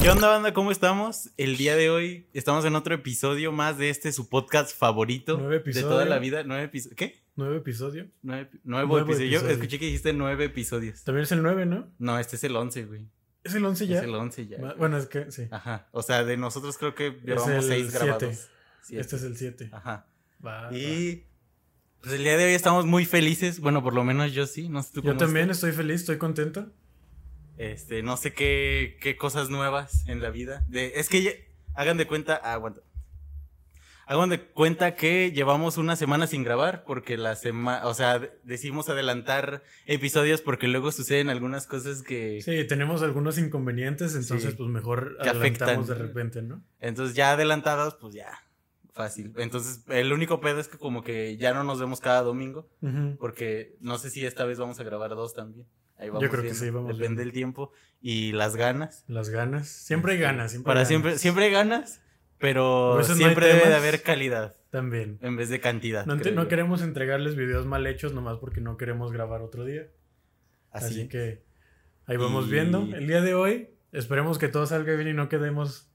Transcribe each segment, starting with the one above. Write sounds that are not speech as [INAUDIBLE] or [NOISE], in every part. ¿Qué onda, banda? ¿Cómo estamos? El día de hoy estamos en otro episodio más de este, su podcast favorito Nueve de episodios. toda la vida. ¿Nueve episodios? ¿Qué? ¿Nueve episodio? Nueve, epi- nuevo Nuevo episodio. Yo episodio. escuché que dijiste nueve episodios. También es el nueve, ¿no? No, este es el once, güey. ¿Es el once ya? Es el once Ah, ya. Ma- güey. Bueno, es que sí. Ajá. O sea, de nosotros creo que llevamos el seis siete. grabados. Siete. Este Ah, es el siete. Ajá. Va, va. Ah. Y pues el día de hoy estamos muy felices. Bueno, por lo menos yo sí. No sé tú Yo cómo también estés. estoy feliz, estoy contento. Este, no sé qué, qué cosas nuevas en la vida. De, es que ya- hagan de cuenta, ah, aguanta. Hagan de cuenta que llevamos una semana sin grabar porque la semana, o sea, de- decidimos adelantar episodios porque luego suceden algunas cosas que Sí, tenemos algunos inconvenientes, entonces Sí. pues mejor Que adelantamos de afectan. repente, ¿no? entonces ya adelantadas, pues ya fácil. Entonces, el único pedo es que como que ya no nos vemos cada domingo Ujú. porque no sé si esta vez vamos a grabar dos también. Ahí vamos creo que viendo. sí, vamos Depende viendo. del tiempo y las ganas. Las ganas. Siempre hay ganas, siempre hay Este, Para ganas. siempre, siempre hay ganas, pero Por eso no hay siempre debe de temas. haber calidad También. en vez de cantidad. No, ent- creo no yo. queremos entregarles videos mal hechos nomás porque no queremos grabar otro día. Así, Así, que que ahí vamos Y- viendo. El día de hoy, esperemos que todo salga bien y no quedemos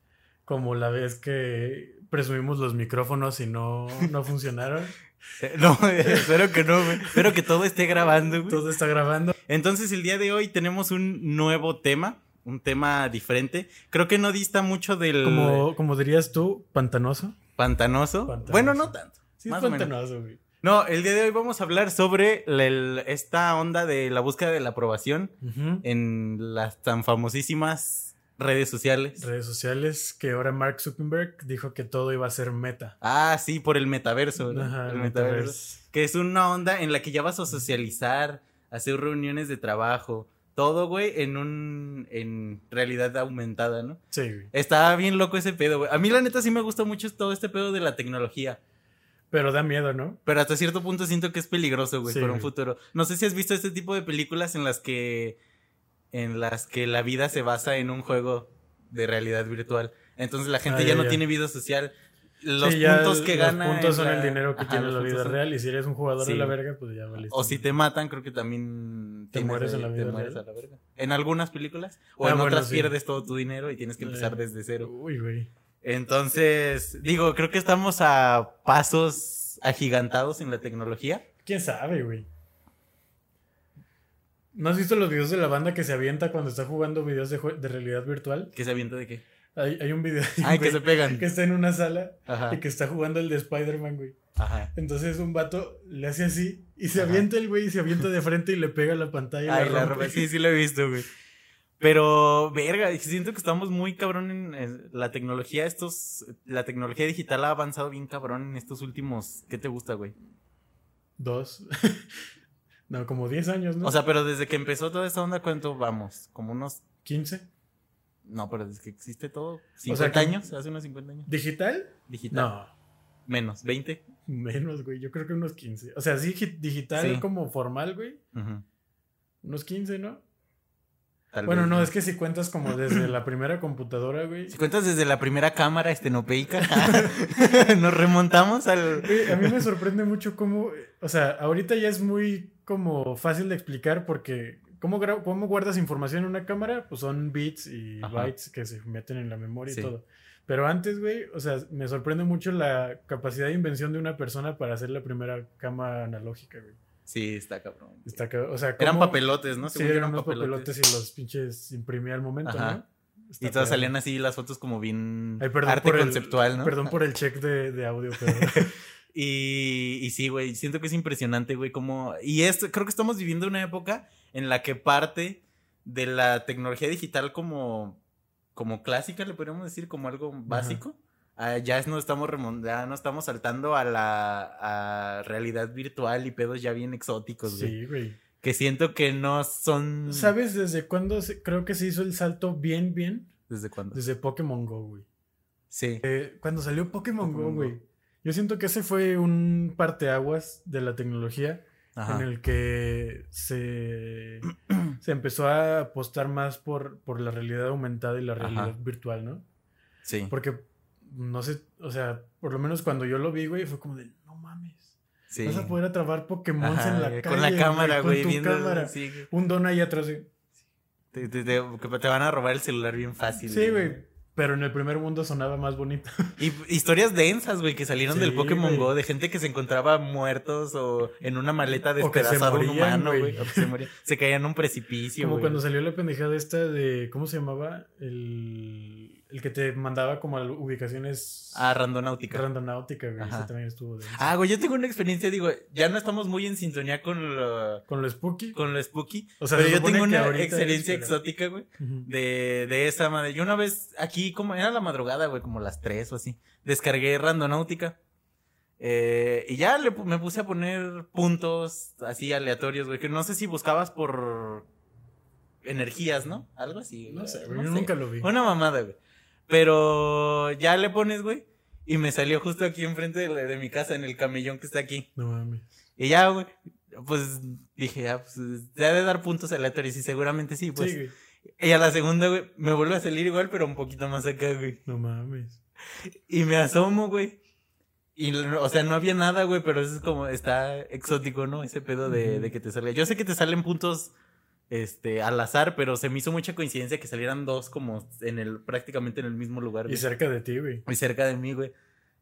como la vez que presumimos los micrófonos y no, [LAUGHS] no funcionaron. no, espero que no, güey. espero que todo esté grabando. güey. todo está grabando. Entonces el día de hoy tenemos un nuevo tema, un tema diferente. Creo que no dista mucho del Como, como dirías tú, pantanoso. pantanoso. Pantanoso. Bueno, no tanto. Sí, Más o es menos. pantanoso, güey. No, el día de hoy vamos a hablar sobre la- el- esta onda de la búsqueda de la aprobación Ujú. en las tan famosísimas redes sociales. Redes sociales que ahora Mark Zuckerberg dijo que todo iba a ser meta. Ah, sí, por el metaverso. ¿no? Ajá, el el metaverso. metaverso. Que es una onda en la que ya vas a socializar, hacer reuniones de trabajo, todo, güey, en un. en realidad aumentada, ¿no? Sí, güey. Está bien loco ese pedo, güey. A mí, la neta, sí me gusta mucho todo este pedo de la tecnología. Pero da miedo, ¿no? Pero hasta cierto punto siento que es peligroso, güey, Sí, para un güey. futuro. No sé si has visto este tipo de películas en las que. en las que la vida se basa en un juego de realidad virtual. Entonces la gente Ah, ya, ya, no ya. tiene vida social. Los Sí, ya puntos que los gana. en puntos son la- el dinero que Ajá, tiene los la puntos vida son- real. Y si eres un jugador Sí. de la verga, pues ya valiste. O si te matan, creo que también Te tienes mueres en la vida te mueres real. a la verga. En algunas películas o Ah, en bueno, otras sí. pierdes todo tu dinero y tienes que empezar Eh. desde cero. Uy, güey. Entonces, digo, creo que estamos a pasos agigantados en la tecnología. ¿Quién sabe, güey? ¿No has visto los videos de la banda que se avienta cuando está jugando videos de, jue- de realidad virtual? ¿Qué se avienta de qué? Hay, hay un video de un Ay, que güey se pegan. [LAUGHS] que está en una sala Ajá. y que está jugando el de Spider-Man, güey. Ajá. Entonces un vato le hace así y se Ajá. avienta el güey y se avienta de frente y le pega la pantalla. y Ay, la rompe. ropa. Sí, sí lo he visto, güey. Pero, verga, siento que estamos muy cabrón en eh, la tecnología. Estos, la tecnología digital ha avanzado bien cabrón en estos últimos. ¿Qué te gusta, güey? Dos. [LAUGHS] no, como 10 años, ¿no? O sea, pero desde que empezó toda esta onda, ¿cuánto vamos? Como unos. 15. No, pero desde que existe todo. sea, 50 que- años, hace unos 50 años. ¿Digital? Digital. No. Menos, 20. Menos, güey. Yo creo que unos 15. O sea, sí, gi- digital Sí. como formal, güey. Ujú, Unos 15, ¿no? tal Bueno, vez. no, es que si cuentas como desde la primera computadora, güey. Si cuentas desde la primera cámara estenopeica, [LAUGHS] nos remontamos al. Güey, A mí me sorprende mucho cómo, o sea, ahorita ya es muy como fácil de explicar porque cómo, gra- cómo guardas información en una cámara, pues son bits y Ajá. bytes que se meten en la memoria Sí. y todo. Pero antes, güey, o sea, me sorprende mucho la capacidad de invención de una persona para hacer la primera cámara analógica, güey. Sí, está cabrón. Está ca- o sea, Eran cómo- papelotes, ¿no? Sí, Según yo eran unos papelotes. y los pinches imprimía al momento, Ajá. ¿no? Y Está todas perro. salían así las fotos como bien Ay, perdón arte por el- conceptual, ¿no? Perdón por el check de, [LAUGHS] de audio, pero... Y, y sí, güey, siento que es impresionante, güey, como... Y esto, creo que estamos viviendo una época en la que parte de la tecnología digital como, como clásica, le podríamos decir, como algo básico. ah, ya es- no estamos remon- ya no estamos saltando a la a realidad virtual y pedos ya bien exóticos, güey. sí, güey. Que siento que no son... ¿Sabes desde cuándo se- creo que se hizo el salto bien, bien? ¿Desde cuándo? Desde Pokémon Go, güey. Sí. Eh, cuando salió Pokémon, Pokémon Go, Go. güey. Yo siento que ese fue un parteaguas de la tecnología Ajá. en el que se, se empezó a apostar más por, por la realidad aumentada y la Ajá. realidad virtual, ¿no? Sí. Porque, no sé, o sea, por lo menos cuando yo lo vi, güey, fue como de, no mames. sí. Vas a poder atrapar Pokémon Este, Ajá, en la güey, calle. Con la cámara, güey, Con tu viendo... cámara. sí, güey. Un don ahí atrás, güey. Te, te- te- que te van a robar el celular bien fácil. Sí, güey. Pero en el primer mundo sonaba más bonito. Y historias densas, güey, que salieron del Sí, Pokémon güey. Go, de gente que se encontraba muertos o en una maleta se despedazado un morían, humano, güey. güey. o que Se, morían. Se caían en un precipicio, Como güey. cuando salió la pendejada esta de. ¿Cómo se llamaba? El, el que te mandaba como a ubicaciones. Ah, randonáutica. randonáutica, güey. Ajá. Ese también estuvo denso. ah, güey, yo tengo una experiencia, digo, ya no estamos muy en sintonía con lo, Con lo spooky. con lo spooky, O sea, pero se yo supone tengo que una ahorita es, experiencia pero- exótica, güey. Ujú. De, de esa madre. Yo una vez, aquí, como era la madrugada, güey, como las 3 o así, descargué Randonáutica. Eh, y ya le pu- me puse a poner puntos así aleatorios, güey, que no sé si buscabas por energías, ¿no? Algo así. No güey, sé, güey. yo nunca lo vi. Una mamada, güey. Pero ya le pones, güey. Y me salió justo aquí enfrente de, la- de mi casa, en el camellón que está aquí. No mames. Y ya, güey. Pues dije, ya, pues, te ha de dar puntos aleatorios. Y seguramente sí, pues. sí, güey. Y a la segunda, güey, me vuelve a salir igual, pero un poquito más acá, güey. No mames. Y me asomo, güey. Y, l- o sea, no había nada, güey, pero eso es como, está exótico, ¿no? Ese pedo de, Ujú. de que te salga. Yo sé que te salen puntos, este, al azar, pero se me hizo mucha coincidencia que salieran dos como en el, prácticamente en el mismo lugar, Y güey. cerca de ti, güey. Muy cerca de mí, güey.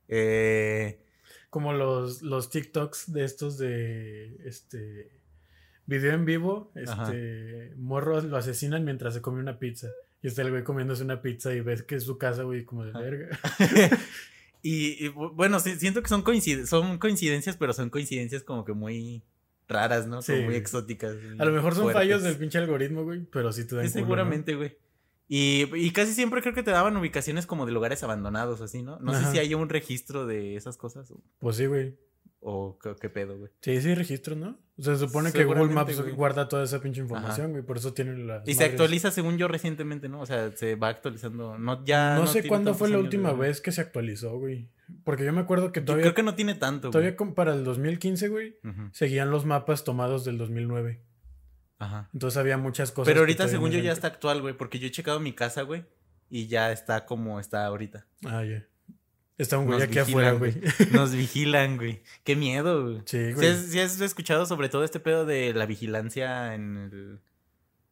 Eh, [LAUGHS] Como los, los TikToks de estos de este video en vivo, Ajá. este morros lo asesinan mientras se come una pizza. Y está el güey comiéndose una pizza y ves que es su casa, güey, como de Ajá. verga. y, y, bu- bueno, sí, siento que son, coincid- son coincidencias, pero son coincidencias como que muy raras, ¿no? Son Sí. muy exóticas. A lo mejor son fallos fuertes. del pinche algoritmo, güey, pero sí te dan Sí, culo, ¿no? seguramente, güey. Y, y casi siempre creo que te daban ubicaciones como de lugares abandonados, así, ¿no? No sé Ajá. si hay un registro de esas cosas o, Pues sí, güey. o qué, qué pedo, güey. Sí, sí, registro, ¿no? O sea, se supone que Google Seguramente, Maps güey. guarda toda esa pinche información, güey, por eso tienen la Y se actualiza, según yo, recientemente, ¿no? O sea, se va actualizando. No, ya No, sé tiene cuándo tantos fue la años, última güey. vez que se actualizó, güey. Porque yo me acuerdo que Yo todavía, creo que no tiene tanto, todavía güey. como para el 2015, güey, Ujú, seguían los mapas tomados del 2009. Ajá. Entonces había muchas cosas. Pero que ahorita, todavía según no yo, ya está eran- actual, güey, porque yo he checado mi casa, güey, y ya está como está ahorita. Ah, ya. Está un güey Nos aquí afuera, güey. vigilan, [LAUGHS] [LAUGHS] Nos vigilan, güey. Qué miedo, güey. sí, Si güey. has, sí has escuchado sobre todo este pedo de la vigilancia en el-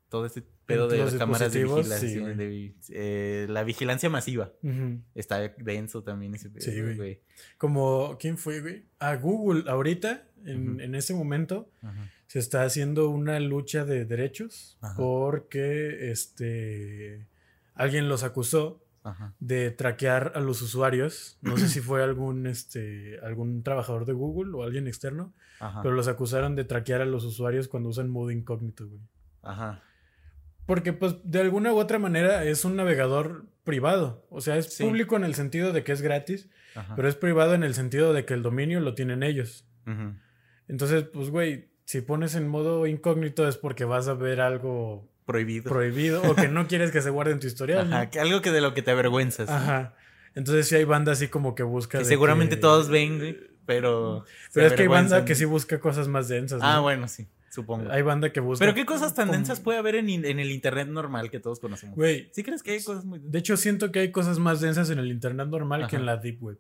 todo este pedo de Los las cámaras de dispositivos, vigilancia, sí, güey. de vi- eh, la vigilancia masiva. Ujú. Está denso también ese pedo, Sí, güey. güey. Como, ¿quién fue, güey? A Google, ahorita, en, Ujú. en ese momento, Ajá. se está haciendo una lucha de derechos Ajá. porque este alguien los acusó Ajá. de traquear a los usuarios. No sé si fue algún, este, algún trabajador de Google o alguien externo, Ajá. pero los acusaron de traquear a los usuarios cuando usan modo incógnito, güey. ajá. Porque, pues, de alguna u otra manera es un navegador privado. O sea, es Sí. público en el sentido de que es gratis, Ajá. pero es privado en el sentido de que el dominio lo tienen ellos. Ujú. Entonces, pues, güey, si pones en modo incógnito es porque vas a ver [LAUGHS] algo Prohibido. prohibido o que no quieres que se guarde en tu historial. ¿no? Ajá, que algo que de lo que te avergüenzas. Ajá. Entonces, sí hay banda así como que busca. Que de seguramente que- todos ven, güey, pero. se Pero es que hay banda avergüenzan. que sí busca cosas más densas. Ah, ¿no? bueno, sí, supongo. Hay banda que busca. Pero qué cosas tan como- densas puede haber en, in- en el internet normal que todos conocemos. Güey, pues, ¿Sí crees que hay cosas muy. de hecho, siento que hay cosas más densas en el internet normal que Ajá. en la deep web.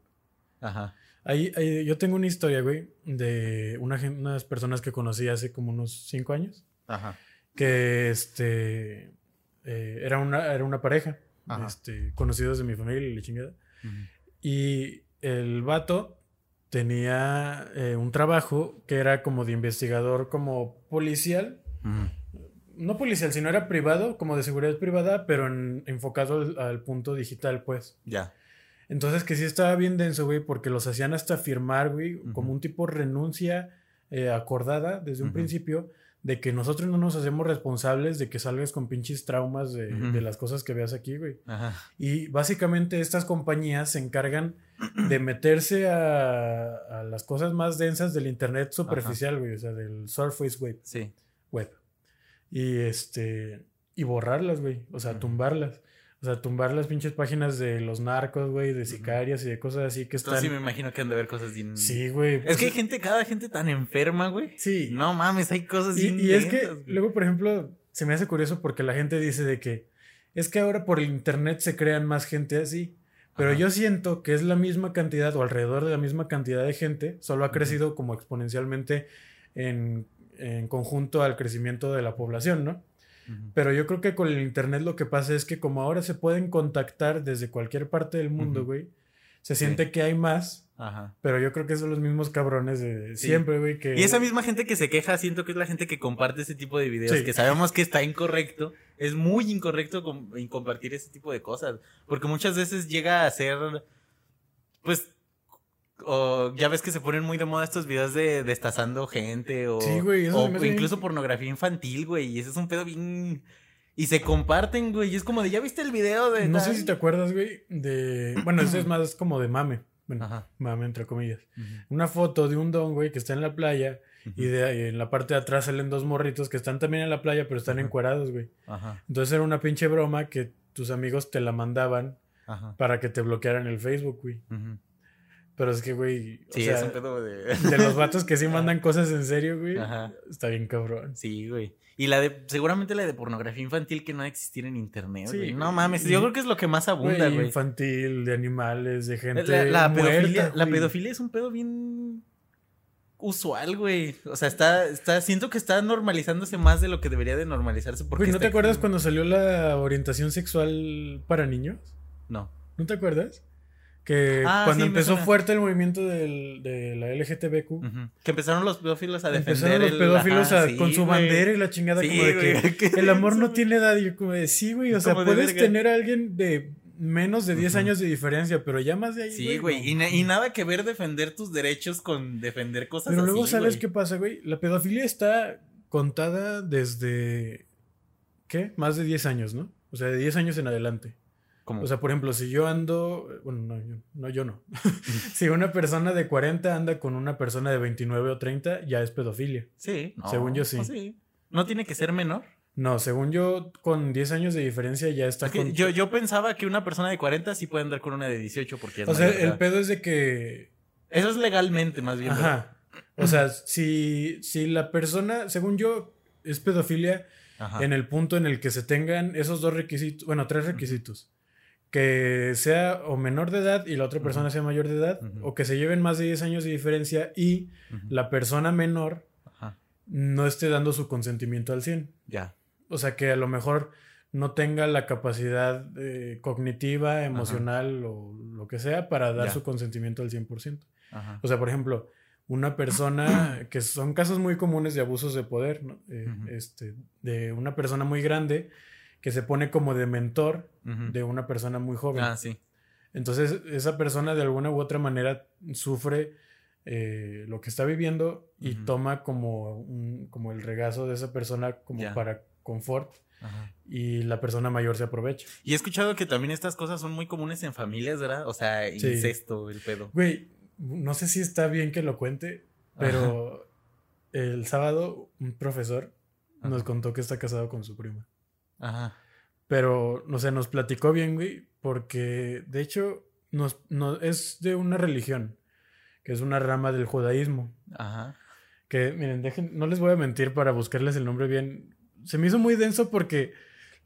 Ajá. Ahí, ahí- yo tengo una historia, güey, de una gen- unas personas que conocí hace como unos cinco años, Ajá. que este eh, era, una, era una pareja, Ajá. este, conocidos de mi familia y la chingada. Ujú. Y el vato tenía eh, un trabajo que era como de investigador, como policial, Ujú. no policial, sino era privado, como de seguridad privada, pero en- enfocado al- al punto digital, pues. Ya. Entonces que sí estaba bien denso, güey, porque los hacían hasta firmar, güey, como Ujú. un tipo renuncia eh, acordada desde un Ujú. principio de que nosotros no nos hacemos responsables de que salgas con pinches traumas de, Ujú. de las cosas que veas aquí, güey. Ajá. Y básicamente estas compañías se [CLEARS THROAT] encargan de meterse a, a las cosas más densas del internet superficial, güey, o sea, del surface web. Sí. web. Y este. Y borrarlas, güey. O sea, Ujú. tumbarlas. O sea, tumbar las pinches páginas de los narcos, güey, de Ujú. sicarias y de cosas así que Entonces están. sí me imagino que han de haber cosas bien. Sí, güey. Es pues, que hay gente, cada gente tan enferma, güey. Sí. No mames, hay cosas y, bien y es que lentas, güey. luego, por ejemplo, se me hace curioso porque la gente dice de que. Es que ahora por el internet se crean más gente así. Pero Ajá. yo siento que es la misma cantidad o alrededor de la misma cantidad de gente. Solo ha Ujú. crecido como exponencialmente en, en conjunto al crecimiento de la población, ¿no? Ujú. Pero yo creo que con el internet lo que pasa es que como ahora se pueden contactar desde cualquier parte del mundo, Ujú. güey, se Sí. siente que hay más, Ajá. pero yo creo que son los mismos cabrones de Sí. siempre, güey, que... Y esa misma gente que se queja, siento que es la gente que comparte ese tipo de videos, Sí. que sabemos que está incorrecto. Es muy incorrecto com- en compartir ese tipo de cosas, porque muchas veces llega a ser, pues, o ya ves que se ponen muy de moda estos videos de destazando gente o, Sí, güey, eso o se me hace incluso pornografía infantil, güey, y ese es un pedo bien... Y se comparten, güey, y es como de, ¿ya viste el video de...? No tal?" sé si te acuerdas, güey, de... [CLEARS THROAT] Bueno, eso es más como de mame. Bueno, Ajá. mame entre comillas. Una foto de un don, güey, que está en la playa y, de, y en la parte de atrás salen dos morritos que están también en la playa, pero están Ajá. encuerados, güey. Ajá, Entonces era una pinche broma que tus amigos te la mandaban ajá. para que te bloquearan el Facebook, güey. ujú. Pero es que, güey, o Sí, sea, es un pedo de... de los vatos que sí mandan cosas en serio, [LAUGHS] güey, Ajá. está bien cabrón. Sí, güey. Y la de, seguramente la de pornografía infantil que no va a existir en internet, Sí, güey. No güey. mames, Y- yo creo que es lo que más abunda, Güey, güey. infantil, de animales, de gente La, la muerta, pedofilia, la güey. pedofilia es un pedo bien usual, güey. O sea, está, está, siento que está normalizándose más de lo que debería de normalizarse. Porque Güey, ¿no está- te acuerdas cuando salió la orientación sexual para niños? No. ¿No te acuerdas? Que Ah, cuando sí, me empezó suena. fuerte el movimiento del- de la LGTBQ, Ujú. Que empezaron los pedófilos a defender empezaron los el- pedófilos ajá, a- sí, con su güey. bandera y la chingada Sí, como de que güey, [LAUGHS] que- el amor no tiene edad. Y yo como de sí, güey, o sea, Como de puedes verga. tener a alguien de menos de 10 Ujú. años de diferencia, pero ya más de ahí, Sí, güey. Y, no. na- y nada que ver defender tus derechos con defender cosas Pero luego así, sabes güey. qué pasa, güey. La pedofilia está contada desde, ¿qué? Más de 10 años, ¿no? O sea, de 10 años en adelante. Como- O sea, por ejemplo, si yo ando, bueno, no, yo no. Yo no. [LAUGHS] si una persona de 40 anda con una persona de 29 o 30, ya es pedofilia. Sí. no, Según yo, sí. pues ¿No tiene que ser menor? No, según yo, con 10 años de diferencia ya está Es que con... yo, yo pensaba que una persona de 40 sí puede andar con una de 18 porque... es o sea, mayor de el edad. pedo es de que... Eso es legalmente, más bien. ¿verdad? Ajá. O sea, si, si la persona, según yo, es pedofilia Ajá. en el punto en el que se tengan esos dos requisitos, bueno, tres requisitos. Que sea o menor de edad y la otra persona Ujú. sea mayor de edad, Ujú. o que se lleven más de 10 años de diferencia y Ujú. la persona menor Ajá. no esté dando su consentimiento al 100. Ya. O sea, que a lo mejor no tenga la capacidad eh, cognitiva, emocional o lo que sea para dar Ya. su consentimiento al 100%. Ajá. O sea, por ejemplo, una persona, [CLEARS THROAT] que son casos muy comunes de abusos de poder, ¿no? Eh, Ujú. este, de una persona muy grande que se pone como de mentor Ujú. de una persona muy joven. Mm. Ah, sí. Entonces, esa persona de alguna u otra manera sufre eh, lo que está viviendo y Ujú. toma como, un- como el regazo de esa persona como Ya. para confort Ajá. y la persona mayor se aprovecha. Y he escuchado que también estas cosas son muy comunes en familias, ¿verdad? O sea, Sí. incesto, el pedo. Güey, no sé si está bien que lo cuente, pero el sábado un profesor Ajá. nos contó que está casado con su prima. Ajá. Pero, no sé, nos platicó bien, güey, porque de hecho nos, no- es de una religión, que es una rama del judaísmo. Ajá. Que, miren, dejen, no les voy a mentir para buscarles el nombre bien. Se me hizo muy denso porque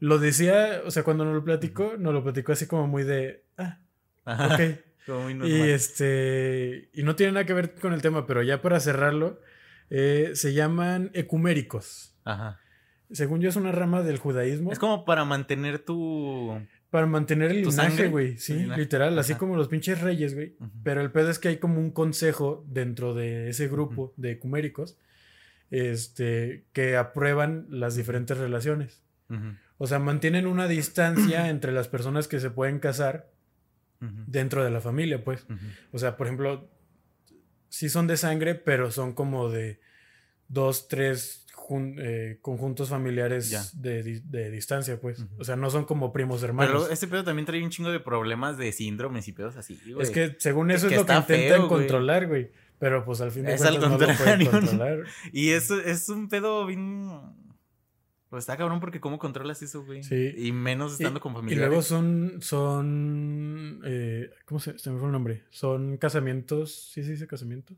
lo decía, o sea, cuando nos lo platicó, nos lo platicó así como muy de, ah, Ajá. ok. [LAUGHS] Como muy normal. Y este. Y no tiene nada que ver con el tema, pero ya para cerrarlo. eh, se llaman ecuméricos. Ajá. Según yo, es una rama del judaísmo. Es como para mantener tu... para mantener el tu linaje, sangre, güey. tu Sí, linaje. literal, así Ajá. como los pinches reyes, güey. Ujú. Pero el pedo es que hay como un consejo dentro de ese grupo de ecuméricos. Este. que aprueban las diferentes relaciones. Ujú. O sea, mantienen [CLEARS THROAT] una distancia entre las personas que se pueden casar Ujú. dentro de la familia, pues. Ujú. O sea, por ejemplo, sí son de sangre, pero son como de dos, tres jun- eh, conjuntos Ya. familiares de, di- de distancia, pues. Ujú. O sea, no son como primos Pero hermanos. luego este pedo también trae un chingo de problemas de síndromes y pedos así, güey. es que según que- eso que es lo que está intentan feo, güey. controlar, güey. Pero pues al fin de Es al cuentas no lo pueden contrario, ¿no? controlar. Y eso es un pedo bien. Pues está cabrón porque cómo controlas eso, güey. Sí. Y menos estando Y- con Y luego [LAUGHS] familiares. son, son, eh, ¿cómo se, se me fue el nombre? Son casamientos, ¿sí se dice casamientos?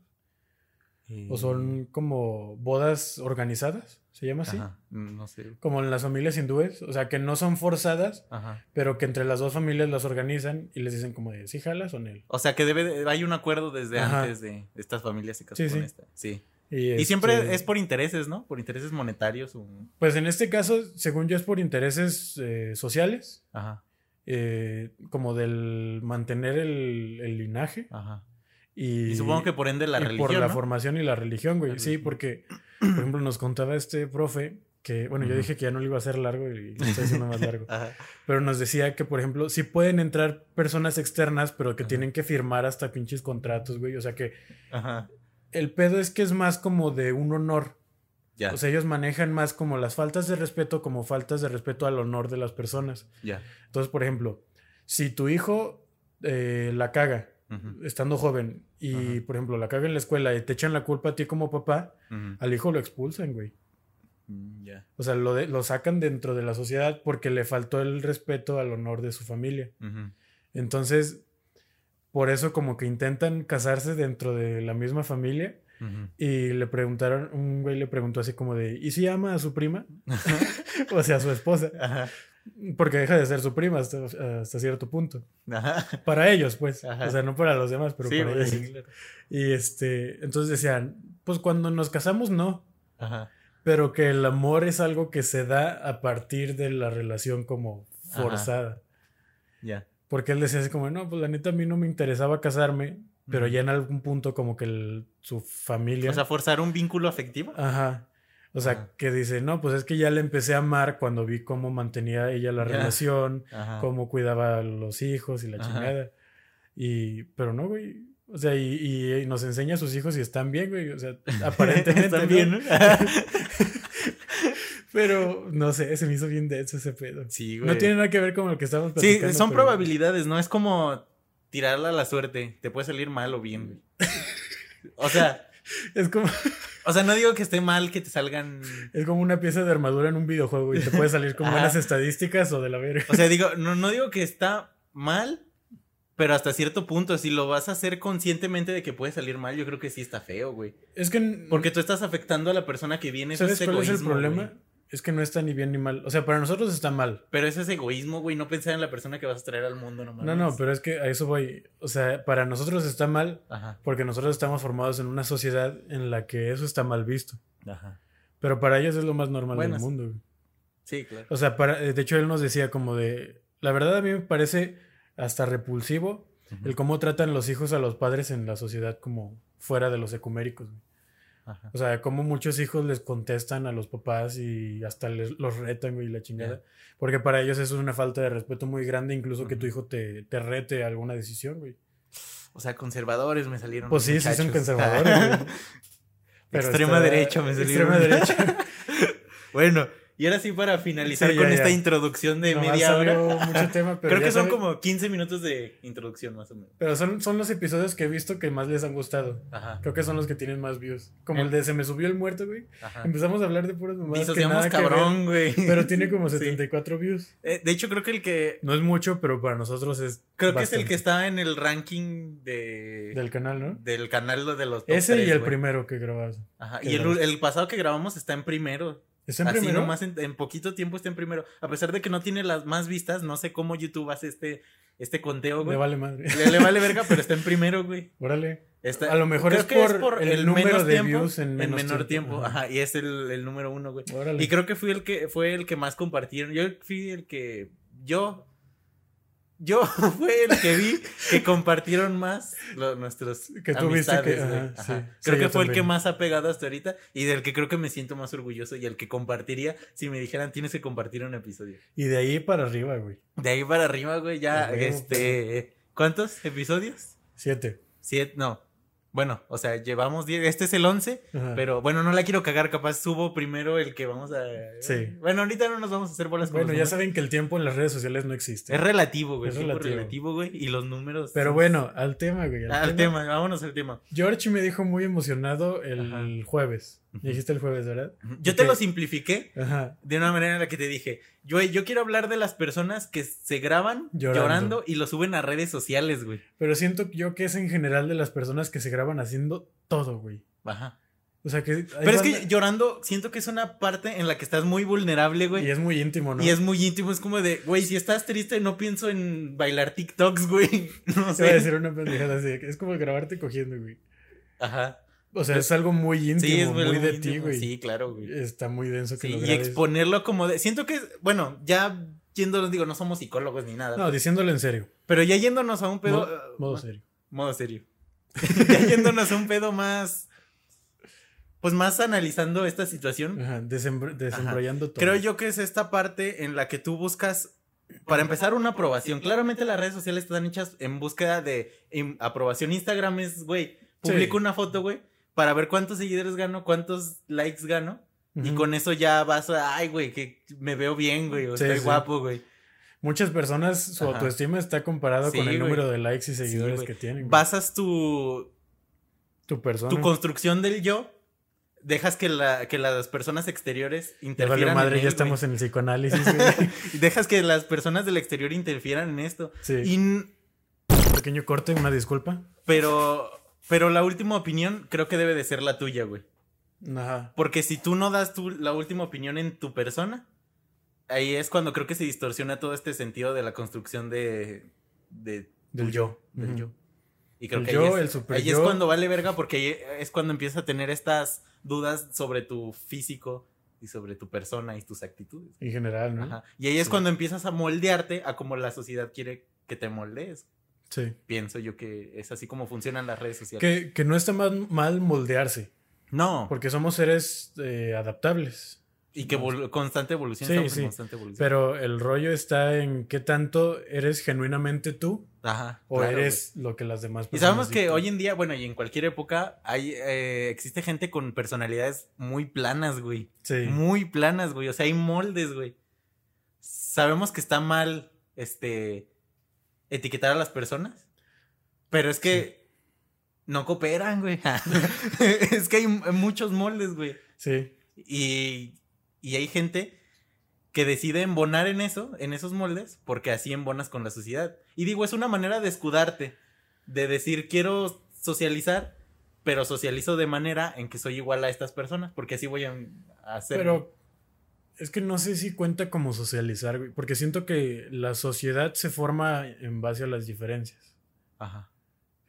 Y O son como bodas organizadas, ¿se llama así? Ajá, no sé. Como en las familias hindúes, o sea, que no son forzadas, Ajá. pero que entre las dos familias las organizan y les dicen como de si jalas o no. O sea que debe de- hay un acuerdo desde Ajá. antes de estas familias se casan Sí, con sí. esta. Sí. Y, y siempre este, es por intereses, ¿no? Por intereses monetarios. O... Pues en este caso, según yo, es por intereses eh, sociales. Ajá. eh, como del mantener el, el linaje. Ajá. Y, Y supongo que por ende la y religión. Por la ¿no? formación y la religión, güey. La sí, religión. porque, por ejemplo, nos contaba este profe que, bueno, yo Ujú. dije que ya no lo iba a hacer largo y lo estoy haciendo más largo. [LAUGHS] Ajá. Pero nos decía que, por ejemplo, sí pueden entrar personas externas, pero que Ajá. tienen que firmar hasta pinches contratos, güey. O sea que Ajá. el pedo es que es más como de un honor. Ya. O sea, ellos manejan más como las faltas de respeto, como faltas de respeto al honor de las personas. ya. Entonces, por ejemplo, si tu hijo eh, la caga Ujú, estando joven y, Ajá. por ejemplo, la caga en la escuela y te echan la culpa a ti como papá, ujú. al hijo lo expulsan, güey. Mm, Ya. O sea, lo, de- lo sacan dentro de la sociedad porque le faltó el respeto al honor de su familia. Ujú. Entonces, por eso como que intentan casarse dentro de la misma familia. Ujú. Y le preguntaron, un güey le preguntó así como de, ¿y si ama a su prima? [LAUGHS] o sea, a su esposa. Ajá. Porque deja de ser su prima hasta, hasta cierto punto. Ajá. Para ellos, pues. Ajá. O sea, no para los demás, pero Sí, para güey, ellos. sí, claro. Y este, entonces decían, pues cuando nos casamos, no. Ajá. Pero que el amor es algo que se da a partir de la relación como Ajá. forzada. Ya. Porque él decía así como, no, pues la neta a mí no me interesaba casarme, pero Ujú. ya en algún punto como que el- su familia... O sea, forzar un vínculo afectivo. Ajá. O sea, Ajá. que dice, no, pues es que ya le empecé a amar cuando vi cómo mantenía ella la Ya. relación, Ajá. [LAUGHS] cómo cuidaba a los hijos y la Ajá. chingada. Y, pero no, güey. O sea, y, y- y nos enseña a sus hijos y están bien, güey. [LAUGHS] O sea, aparentemente. Está ¿no? bien, ¿no? Pero no sé, se me hizo bien denso ese pedo. [LAUGHS] Sí, güey. No tiene nada que ver con lo que Sí, estamos platicando. son pero- probabilidades, no es como tirarla a la suerte. Te puede salir mal o bien, güey. O sea, Es como, o sea, no digo que esté mal que te salgan. es como una pieza de armadura en un videojuego y te puede salir con [LAUGHS] Ajá. buenas estadísticas o de la verga. O sea, digo, no, no digo que está mal, pero hasta cierto punto, si lo vas a hacer conscientemente de que puede salir mal, yo creo que sí está feo, güey. Es que. Porque tú estás afectando a la persona que viene. eso ¿Sabes cuál es el egoísmo, problema? güey. Es que no está ni bien ni mal. O sea, para nosotros está mal. Pero eso es egoísmo, güey, no pensar en la persona que vas a traer al mundo nomás. No, no, pero es que a eso voy. O sea, para nosotros está mal Ajá, porque nosotros estamos formados en una sociedad en la que eso está mal visto. ajá. Pero para ellos es lo más normal Bueno, del sí. mundo. güey. Sí, claro. O sea, para, eh, de hecho él nos decía como de... La verdad a mí me parece hasta repulsivo el cómo tratan los hijos a los padres en la sociedad como fuera de los ecuméricos. güey. Ajá. O sea, como muchos hijos les contestan a los papás y hasta les, los retan, güey, y la chingada. Ya. Porque para ellos eso es una falta de respeto muy grande, incluso que tu Ujú. hijo te, te rete a alguna decisión, güey. O sea, conservadores me salieron. Pues los sí, sí son muchachos. [LAUGHS] conservadores, güey. Extrema derecha me salieron. Extrema derecha. Bueno, y ahora sí para finalizar Sí, ya, con ya. esta introducción [LAUGHS] de Nomás media hora. salió mucho tema, pero Creo ya que son sabe- como 15 minutos de introducción más o menos. Pero son, son los episodios que he visto que más les han gustado. Ajá. Creo que son los que tienen más views. Eh. Como el de Se me subió el muerto, güey. Ajá. Empezamos a hablar de puras mamadas que Ah. Disociamos nada que cabrón, güey. ver, Pero tiene [LAUGHS] como Sí. 74 views. Eh, de hecho, creo que el que No es mucho, pero para nosotros es creo que es el bastante. que está en el ranking de del canal, ¿no? del canal de los top Ese tres, y el güey. primero que grabas. Ajá, que Y el, grabamos. el pasado que grabamos está en primero. ¿Es en Así primero? nomás en, en poquito tiempo está en primero. A pesar de que no tiene las más vistas, no sé cómo YouTube hace este, este conteo, Me güey. vale madre. [LAUGHS] Le, le vale verga, pero está en primero, güey. Órale. Está- A lo mejor creo es que por, el, número de views en, menos menor tiempo. Ajá. Ajá. y es el, el número uno, güey. Órale. Y creo que fui el que fue el que más compartieron. Yo fui el que yo yo [LAUGHS] fue el que vi que compartieron más lo- nuestros Que tú viste amistades, que- güey. ajá, Ajá. sí. Sí, Creo que yo fue el que también. más ha pegado hasta ahorita y del que creo que me siento más orgulloso y el que compartiría si me dijeran tienes que compartir un episodio. Y de ahí para arriba, güey. De ahí para arriba, güey, ya A huevo, este ¿cuántos episodios? Siete. Siete, no. Bueno, o sea, llevamos 10, este es el 11, Ajá. pero bueno, no la quiero cagar, capaz subo primero el que vamos a... Sí. Bueno, ahorita no nos vamos a hacer bolas con bueno, los ya números. saben que el tiempo en las redes sociales no existe. Es relativo, güey. Es Es relativo. relativo. güey. Y los números... Pero bueno, al tema, güey. Ah, Al tema, vámonos al tema. George me dijo muy emocionado el Ajá. jueves. Ujú. Me dijiste el jueves, ¿verdad? Yo te Ok. lo simplifiqué Ajá. de una manera en la que te dije, yo, yo quiero hablar de las personas que se graban Llorando. llorando, y lo suben a redes sociales, güey. Pero siento yo que es en general de las personas que se graban haciendo todo, güey. Ajá. O sea que. hay Pero es que banda- llorando, siento que es una parte en la que estás muy vulnerable, güey. Y es muy íntimo, ¿no? Y es muy íntimo, es como de, güey, si estás triste, no pienso en bailar TikToks, güey. [LAUGHS] No Te voy a sé. decir una pendejada así. Es como grabarte cogiendo, güey. Ajá. O sea, es algo muy íntimo, Sí, es muy, algo de muy ti, íntimo. güey. Sí, claro, güey. Está muy denso que Sí, lo y grabes. exponerlo como de. Siento que, bueno, ya yéndonos, digo, no somos psicólogos ni nada. No, diciéndolo en serio. Pero ya yéndonos a un pedo. Mo- eh, modo ma- serio. modo serio. [LAUGHS] ya yéndonos a un pedo más. Pues más analizando esta situación. Ajá, desembr- desembrolando todo. Creo yo que es esta parte en la que tú buscas. Para empezar, una aprobación. Claramente las redes sociales están hechas en búsqueda de em, aprobación. Instagram es, güey, publico Sí. una foto, güey, para ver cuántos seguidores gano, cuántos likes gano. Y Ujú. con eso ya vas a, ay, güey, que me veo bien, güey, o Sí, estoy sí. guapo, güey. Muchas personas, su Ajá. autoestima está comparada Sí, con el güey. número de likes y seguidores güey. que tienen. güey. Basas tu, tu persona. tu construcción del yo, dejas que, la, que las personas exteriores Ya valió interfieran. madre, en él, ya güey. estamos en [LAUGHS] el psicoanálisis. güey. Dejas que las personas del exterior interfieran en esto. Sí. Y n- Pequeño corte, una disculpa. pero, pero la última opinión creo que debe de ser la tuya, güey. Ajá. Porque si tú no das tu, la última opinión en tu persona, ahí es cuando creo que se distorsiona todo este sentido de la construcción de, de Del yo. del Ujú. yo. Y creo El que yo, ahí, es, el super ahí es yo. cuando vale verga porque ahí es cuando empiezas a tener estas dudas sobre tu físico y sobre tu persona y tus actitudes. En general, ¿no? Ajá. Y ahí es Sí. cuando empiezas a moldearte a como la sociedad quiere que te moldees. Sí. Pienso yo que es así como funcionan las redes sociales. Que, que no está mal, mal moldearse, No, porque somos seres eh, adaptables. y que evolu- constante evolución. Sí, estamos sí. en constante evolución. Pero el rollo está en qué tanto eres genuinamente tú Ajá. o claro, eres lo que las demás güey. Y personas. sabemos que dictan. hoy en día, bueno, y en cualquier época, hay, eh, existe gente con personalidades muy planas, güey. Sí. muy planas, güey. O sea, hay moldes, güey. Sabemos que está mal, este, etiquetar a las personas, pero es que no cooperan, güey. [LAUGHS] es que hay m- muchos moldes, güey. Sí. Y, y hay gente que decide embonar en eso, en esos moldes, porque así embonas con la sociedad. Y digo, es una manera de escudarte, de decir, quiero socializar, pero socializo de manera en que soy igual a estas personas, porque así voy a a hacer. Pero es que no sé si cuenta como socializar, güey, porque siento que la sociedad se forma en base a las diferencias. Ajá.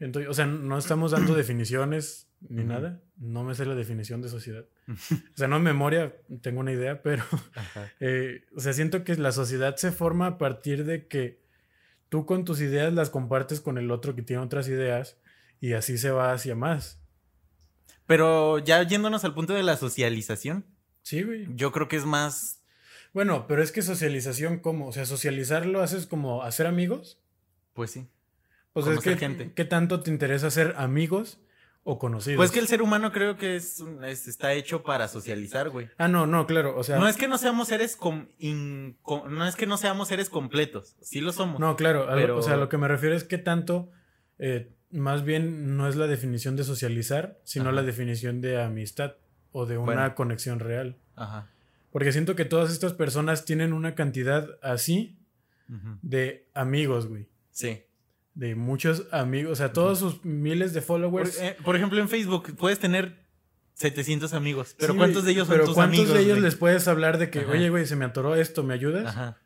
Entonces, o sea, no estamos [CLEARS THROAT] dando definiciones ni Ujú. nada. No me sé la definición de sociedad. [LAUGHS] O sea, no en memoria, tengo una idea, pero [LAUGHS] Eh, o sea, siento que la sociedad se forma a partir de que tú con tus ideas las compartes con el otro que tiene otras ideas y así se va hacia más. Pero ya yéndonos al punto de la socialización, Sí, güey. yo creo que es más. Bueno, pero es que socialización, ¿cómo? O sea, socializarlo haces como hacer amigos. Pues sí. O sea, es Conocer que, gente. ¿qué tanto te interesa ser amigos o conocidos? Pues que el ser humano creo que es, un- es- está hecho para socializar, güey. Ah, no, no, claro. O sea, No es que no seamos seres com- in- com- no es que no seamos seres completos. Sí lo somos. No, claro, a lo- Pero- o sea, lo que me refiero es que tanto, eh, más bien no es la definición de socializar, sino Ajá. la definición de amistad o de una Bueno. conexión real. Ajá. Porque siento que todas estas personas tienen una cantidad así Ujú. de amigos, güey. Sí. De muchos amigos, o sea, todos sus miles de Por, followers. eh, por ejemplo, en Facebook puedes tener 700 amigos, pero Sí, ¿cuántos güey, de ellos son pero tus ¿cuántos amigos? de ellos güey? les puedes hablar de que, Ajá. oye, güey, se me atoró esto, ¿me ayudas? Ajá.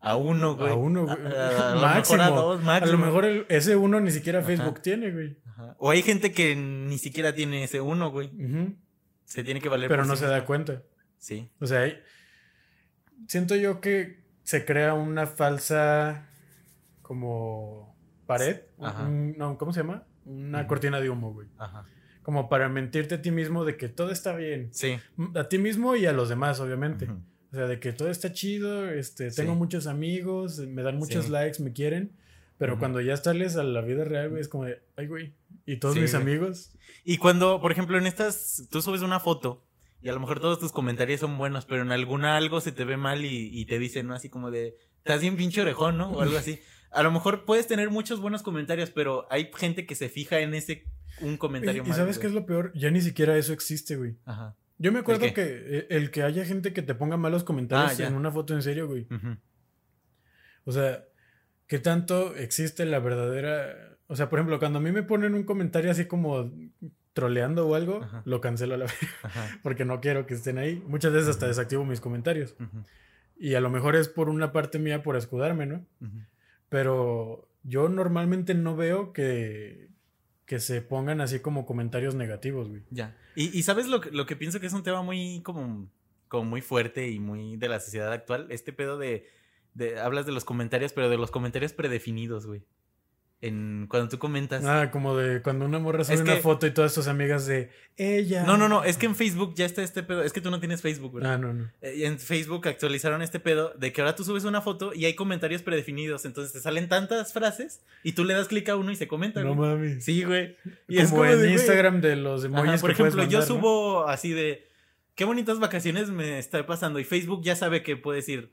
A uno, güey. A uno, güey. [LAUGHS] A- a lo máximo. mejor a dos, A máximo. lo mejor el- ese uno ni siquiera Ajá. Facebook tiene, güey. Ajá. O hay gente que ni siquiera tiene ese uno, güey. Ujú. Se tiene que valer Pero por no pues sí se mismo. da cuenta. Sí. O sea, hay- siento yo que se crea una falsa como pared. Ajá. un- no, ¿cómo se llama? Una Ujú. cortina de humo, güey. Ajá. Como para mentirte a ti mismo de que todo está bien. Sí. A ti mismo y a los demás, obviamente. Ujú. O sea, de que todo está chido, este, tengo Sí. muchos amigos, me dan muchos Sí. likes, me quieren. Pero Ujú. cuando ya sales a la vida real, güey, es como de, ay, güey, y todos Sí, mis güey. amigos. Y cuando, por ejemplo, en estas, tú subes una foto y a lo mejor todos tus comentarios son buenos, pero en alguna algo se te ve mal y, y te dicen, ¿no? Así como de, estás bien pinche orejón, ¿no? O algo así. A lo mejor puedes tener muchos buenos comentarios, pero hay gente que se fija en ese un comentario Y, y sabes qué es lo peor, ya ni siquiera eso existe, güey. Ajá. Yo me acuerdo qué? que eh, el que haya gente que te ponga malos Ah, comentarios ya. en una foto en serio, güey. Ujú. O sea, ¿qué tanto existe la verdadera? O sea, por ejemplo, cuando a mí me ponen un comentario así como troleando o algo, Ajá. lo cancelo a la [LAUGHS] vez Ajá. porque no quiero que estén ahí. Muchas veces hasta Ujú. desactivo mis comentarios. Ujú. Y a lo mejor es por una parte mía por escudarme, ¿no? Ujú. Pero yo normalmente no veo que que se pongan así como comentarios negativos, güey. Ya. Y, y sabes lo, que- lo que pienso que es un tema muy como, como muy fuerte y muy de la sociedad actual. Este pedo de, de- hablas de los comentarios, pero de los comentarios predefinidos, güey. En cuando tú comentas. Ah, como de cuando una morra sube Es una que- foto y todas sus amigas de ella. No, no, no, es que en Facebook ya está este pedo. Es que tú no tienes Facebook, güey. Ah, no, no. Eh, En Facebook actualizaron este pedo de que ahora tú subes una foto y hay comentarios predefinidos. Entonces te salen tantas frases y tú le das clic a uno y se comenta. No güey. mames. Sí, güey. Y como, es como en de, güey, Instagram de los ajá, emojis por que puedes ejemplo, yo mandar, ¿no? subo así de qué bonitas vacaciones me está pasando. Y Facebook ya sabe que puede decir,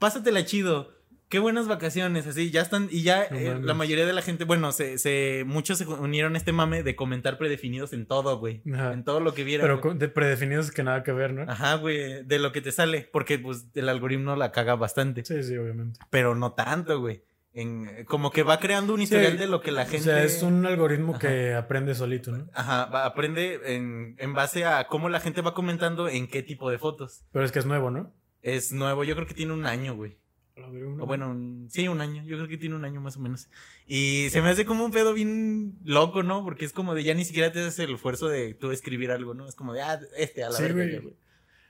pásatela chido. Qué buenas vacaciones, así ya están, y ya No eh, mames. la mayoría de la gente, bueno, se, se, muchos se unieron a este mame de comentar predefinidos en todo, güey. Ajá. En todo lo que vieron. Ah. Pero con- de predefinidos que nada que ver, ¿no? Ajá, güey, de lo que te sale, porque pues el algoritmo la caga bastante, Sí, sí, obviamente. pero no tanto, güey. En, eh, como que va creando un historial de lo que la gente O sea, es un algoritmo que aprende solito, ¿no? Ajá, va- aprende en, en base a cómo la gente va comentando en qué tipo de fotos. Pero es que es nuevo, ¿no? Es nuevo, yo creo que tiene un año, güey. O bueno, un- sí, un año, yo creo que tiene un año más o menos. Y se me hace como un pedo bien loco, ¿no? Porque es como de ya ni siquiera te haces el esfuerzo de tú escribir algo, ¿no? Es como de, ah, este, a la Sí, verga, güey. ya, güey.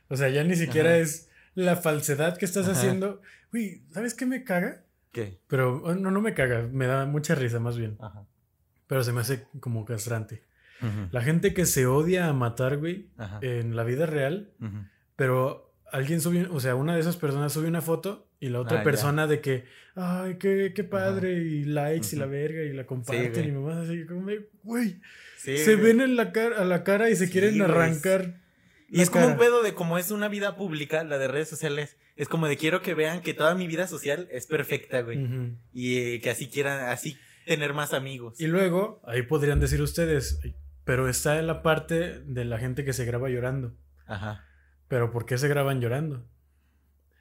O sea, ya ni siquiera Ajá. es la falsedad que estás Ajá. haciendo. Uy, ¿sabes qué me caga? ¿Qué? Pero oh, no, no me caga, me da mucha risa más bien. Ajá. Pero se me hace como castrante. Ujú. La gente que se odia a matar, güey, Ajá. en la eh, vida real, Ujú. pero alguien sube, o sea, una de esas personas sube una foto y la otra Ah, ya. persona de que, ay, qué, qué padre, y likes y la Ujú. verga, y la comparten, güey. y mamá así como, de, güey, Sí, se güey. ven en la cara, a la cara y se Sí, quieren güey. arrancar. Y la es como un cara. pedo de como es una vida pública, la de redes sociales. Es como de quiero que vean que toda mi vida social es perfecta, güey. Ujú. Y eh, que así quieran, así tener más amigos. Y luego, ahí podrían decir ustedes, "Ay, pero está en la parte de la gente que se graba llorando. Ajá. Pero ¿por qué se graban llorando?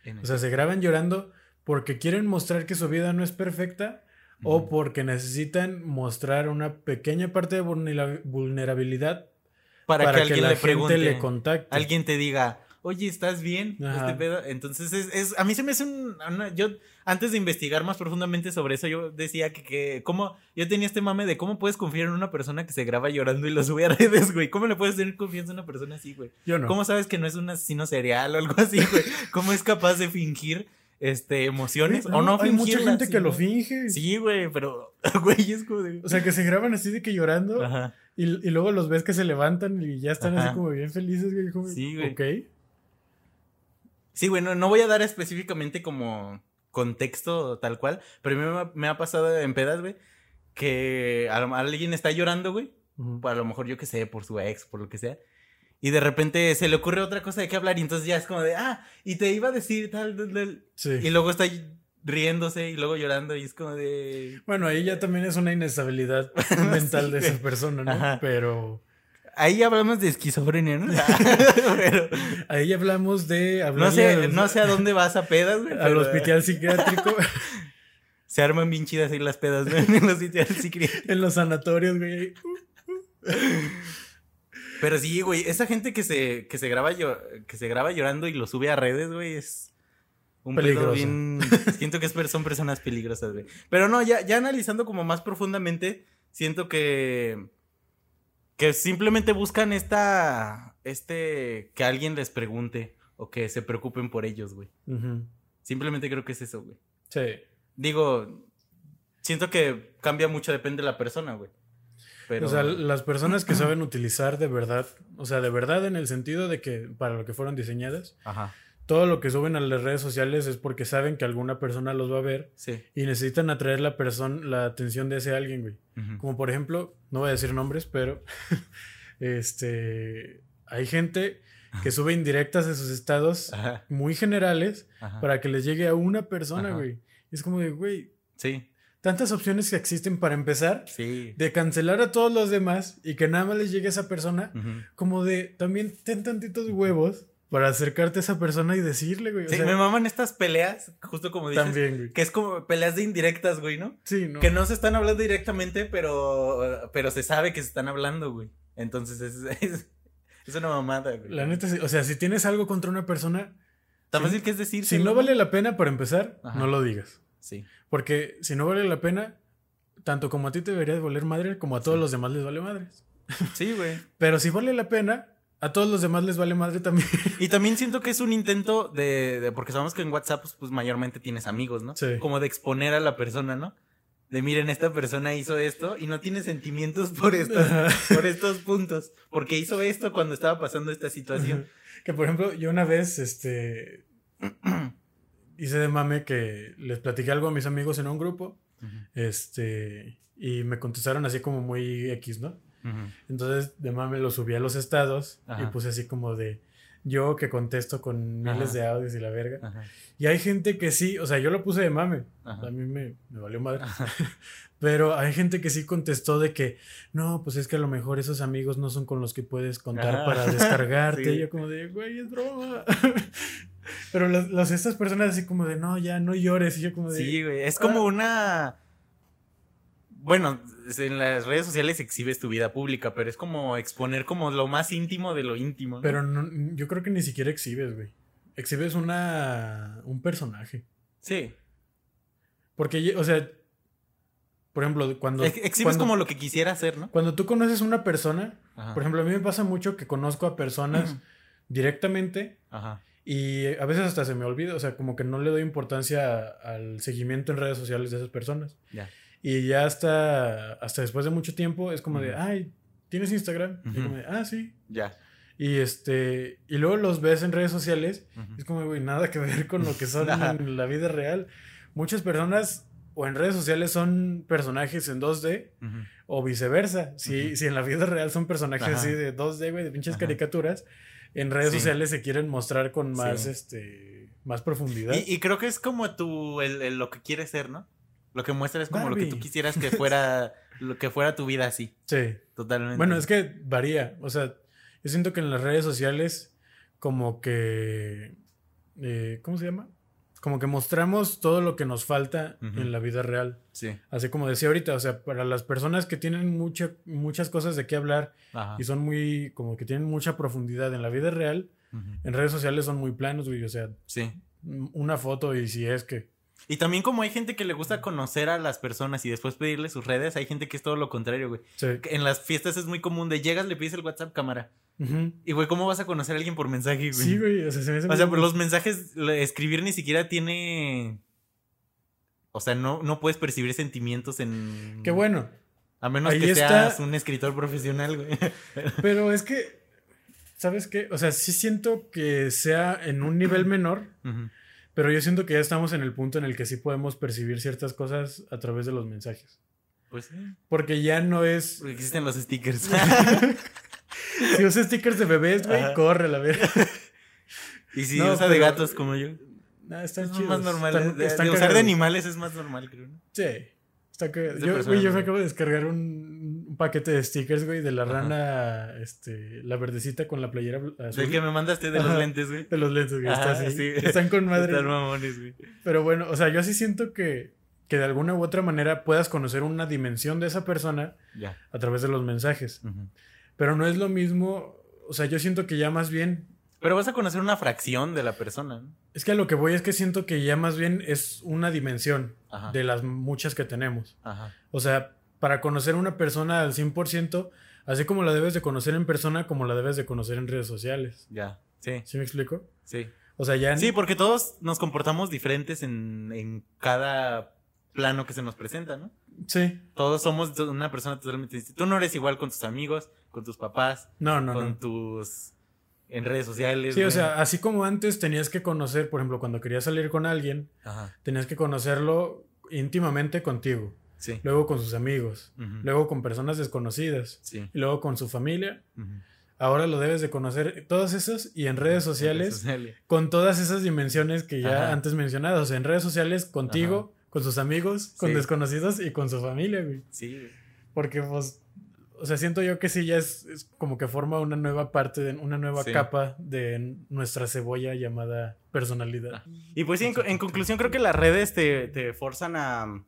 En O sea, se graban llorando porque quieren mostrar que su vida no es perfecta efecto. o porque necesitan mostrar una pequeña parte de vulnera- vulnerabilidad para, que alguien la le gente pregunte, le contacte. alguien te diga, oye, ¿estás bien? Ajá. Este pedo. Entonces, es, es- a mí se me hace un... una- yo, antes de investigar más profundamente sobre eso, yo decía que, que cómo, yo tenía este mame de cómo puedes confiar en una persona que se graba llorando y [LAUGHS] lo sube a redes, güey. ¿Cómo le puedes tener confianza a una persona así, güey? Yo no. ¿Cómo sabes que no es un asesino serial o algo así, güey? ¿Cómo es capaz de fingir este, emociones? Güey, o no hay mucha fingirlas, gente sí, que lo güey. finge. Sí, güey, pero, [LAUGHS] güey, es como de... O sea, que se graban así de que llorando Ajá. y, y luego los ves que se levantan y ya están así Ajá. como bien felices. güey, como, Sí, güey. Ok. Sí, güey, no, no voy a dar específicamente como contexto tal cual, pero a mí me ha- me ha pasado en pedas, güey, que a lo- alguien está llorando, güey, Ujú. a lo mejor yo que sé, por su ex, por lo que sea. Y de repente se le ocurre otra cosa de qué hablar y entonces ya es como de, ah, y te iba a decir tal, tal, tal. Sí. Y luego está riéndose y luego llorando y es como de... Bueno, ahí ya también es una [LAUGHS] inestabilidad mental de güey. esa persona, ¿no? Ajá. Pero Ahí hablamos de esquizofrenia, [LAUGHS] ¿no? pero ahí hablamos de no hablarle sé, al- no sé a dónde vas a pedas, güey. al pero [LAUGHS] hospital psiquiátrico, Se arman bien chidas ahí las pedas, ¿no? [LAUGHS] En el hospital psiquiátrico. en los sanatorios, güey. Pero sí, güey, esa gente que se, que se graba llo- que se graba llorando y lo sube a redes, güey, es un pedo Peligroso. [LAUGHS] bien. Siento que es per- son personas peligrosas, güey. Pero no, ya, ya analizando como más profundamente, siento que. que simplemente buscan esta. este. que alguien les pregunte o que se preocupen por ellos, güey. Ujú. Simplemente creo que es eso, güey. Sí. Digo, siento que cambia mucho, depende de la persona, güey. Pero. O sea, las personas que saben utilizar de verdad, o sea, de verdad en el sentido de que para lo que fueron diseñadas, Ajá. todo lo que suben a las redes sociales es porque saben que alguna persona los va a ver Sí. y necesitan atraer la persona, la atención de ese alguien, güey. Ujú. Como por ejemplo, no voy a decir nombres, pero [LAUGHS] este hay gente que sube indirectas de sus estados Ajá, muy generales ajá. para que les llegue a una persona, Ajá. güey. Y Es como de, güey, Sí, tantas opciones que existen para empezar, sí. de cancelar a todos los demás y que nada más les llegue a esa persona, [LAUGHS] Ujú. como de también ten tantitos huevos para acercarte a esa persona y decirle, güey. o Sí, sea, me maman estas peleas, justo como dices, también, güey. que es como peleas de indirectas, güey, ¿no? Sí, no. Que no se están hablando directamente, pero, pero se sabe que se están hablando, güey. Entonces es, es, [LAUGHS] es una mamada, güey. La neta, sí, o sea, si tienes algo contra una persona, Tan sí. fácil que es decir. si no vale la pena para empezar, Ajá. no lo digas. Sí. Porque si no vale la pena, tanto como a ti te debería de valer madre, como a todos los demás les vale madres. Sí, güey. Pero si vale la pena, a todos los demás les vale madre también. Y también siento que es un intento de, de- porque sabemos que en WhatsApp pues, pues, mayormente tienes amigos, ¿no? Sí. Como de exponer a la persona, ¿no? De miren, esta persona hizo esto y no tiene sentimientos por estas- por estos puntos, porque hizo esto cuando estaba pasando esta situación. [LAUGHS] que por ejemplo, yo una vez, este, [CLEARS THROAT] hice de mame que les platiqué algo a mis amigos en un grupo, este, y me contestaron así como muy X, ¿no? Ujú. Entonces, de mame lo subí a los estados y Ajá. puse así como de yo que contesto con miles Ajá. de audios y la verga. Ajá, Y hay gente que sí, o sea, yo lo puse de mame. ajá. A mí me, me valió madre. [LAUGHS] Pero hay gente que sí contestó de que, no, pues es que a lo mejor esos amigos no son con los que puedes contar Ajá. [LAUGHS] para descargarte. Sí. Y yo como de, güey, es broma. [LAUGHS] Pero las, las- estas personas así como de, no, ya, no llores. Y yo como de, Ah. Sí, güey. Es como una. Bueno, en las redes sociales exhibes tu vida pública, pero es como exponer como lo más íntimo de lo íntimo. ¿no? pero no- yo creo que ni siquiera exhibes, güey. Exhibes una, un personaje. Sí. Porque, ye- o sea, por ejemplo, cuando... Ex- exhibes cuando, como lo que quisiera hacer, ¿no? Cuando tú conoces una persona, Ajá. por ejemplo, a mí me pasa mucho que conozco a personas directamente Ajá. y eh, a veces hasta se me olvida, o sea, como que no le doy importancia a- al seguimiento en redes sociales de esas personas. Ya. Y ya hasta, hasta después de mucho tiempo es como de, Ujú. ay, ¿tienes Instagram? Y yo Ujú. como de, ah, sí. Ya. Y este, y luego los ves en redes sociales Ujú. es como, güey, nada que ver con lo [LAUGHS] que son Ajá. en la vida real. Muchas personas o en redes sociales son personajes en 2D Ujú. o viceversa. Si, Ujú. si en la vida real son personajes Ajá. así de 2D, güey, de pinches Ajá. caricaturas, en redes Sí. sociales se quieren mostrar con más, Sí. este, más profundidad. Y, y creo que es como tu, el, el- lo que quieres ser, ¿no? Lo que muestras es como lo que Barbie. tú quisieras [LAUGHS] que fuera, lo que fuera tu vida así, sí. totalmente. Bueno, es que varía. O sea, yo siento que en las redes sociales como que... eh, ¿Cómo se llama? Como que mostramos todo lo que nos falta Ujú. en la vida real. Sí. Así como decía ahorita, o sea, para las personas que tienen mucha- muchas cosas de qué hablar Ajá. y son muy, como que tienen mucha profundidad en la vida real, Ujú. en redes sociales son muy planos, güey, o sea, Sí. m- una foto y si es que... Y también como hay gente que le gusta conocer a las personas y después pedirle sus redes, hay gente que es todo lo contrario, güey. sí. En las fiestas es muy común de llegas, le pides el WhatsApp cámara. Ujú. Y güey, ¿cómo vas a conocer a alguien por mensaje, güey? Sí, güey, o sea, se me hace O sea, muy- pues los mensajes, le- escribir ni siquiera tiene... O sea, no, no puedes percibir sentimientos en... [LAUGHS] Qué bueno, A menos Ahí que está- seas un escritor profesional, [LAUGHS] güey. pero es que, ¿sabes qué? O sea, sí siento que sea en un nivel menor, Ujú. pero yo siento que ya estamos en el punto en el que sí podemos percibir ciertas cosas a través de los mensajes. Pues sí. Porque ya no es... Porque existen los [LAUGHS] stickers. [LAUGHS] Si usa stickers de bebés, güey, Ajá. corre la [LAUGHS] verga. y si No, usa de pero- gatos como yo. No, están Es chidos. más normal. Están- de, están de usar de cagados. animales es más normal, creo. ¿no? Sí. Está cagado. Es de Yo, persona, güey, yo me güey. acabo de descargar un, un paquete de stickers, güey, de la Ajá. rana, este, la verdecita con la playera bl- azul. Del que me mandaste de Ajá. los lentes, güey. De los lentes, güey. está Ajá, así. sí. [LAUGHS] Están con madre. Están mamones, güey. Pero bueno, o sea, yo así siento que, que de alguna u otra manera puedas conocer una dimensión de esa persona Ya. a través de los mensajes. Ujú. Pero no es lo mismo. O sea, yo siento que ya más bien Pero vas a conocer una fracción de la persona, ¿no? Es que a lo que voy es que siento que ya más bien es una dimensión Ajá. de las muchas que tenemos. Ajá. O sea, para conocer a una persona al 100%, así como la debes de conocer en persona, como la debes de conocer en redes sociales. Ya. Sí, ¿Sí me explico? sí. O sea, ya... Sí, porque todos nos comportamos diferentes en, en cada plano que se nos presenta, ¿no? Sí. Todos somos to- una persona totalmente distinta. Tú no eres igual con tus amigos, con tus papás, No, no, con no. tus... en redes sociales. Sí, o güey. sea, así como antes tenías que conocer, por ejemplo, cuando querías salir con alguien, Ajá. tenías que conocerlo íntimamente contigo, Sí. luego con sus amigos, Ujú. luego con personas desconocidas, Sí. y luego con su familia. Ujú. Ahora lo debes de conocer todas esas y en redes sociales Redes sociales. con todas esas dimensiones que ya Ajá. antes mencionadas, o sea, en redes sociales, contigo, con sus amigos, con Sí. desconocidos y con su familia, güey. Sí, güey. Porque, pues, o sea, siento yo que sí, ya es, es como que forma una nueva parte, de, una nueva Sí. capa de nuestra cebolla llamada personalidad. Y pues sí, en, co- en conclusión creo que las redes te, te forzan a,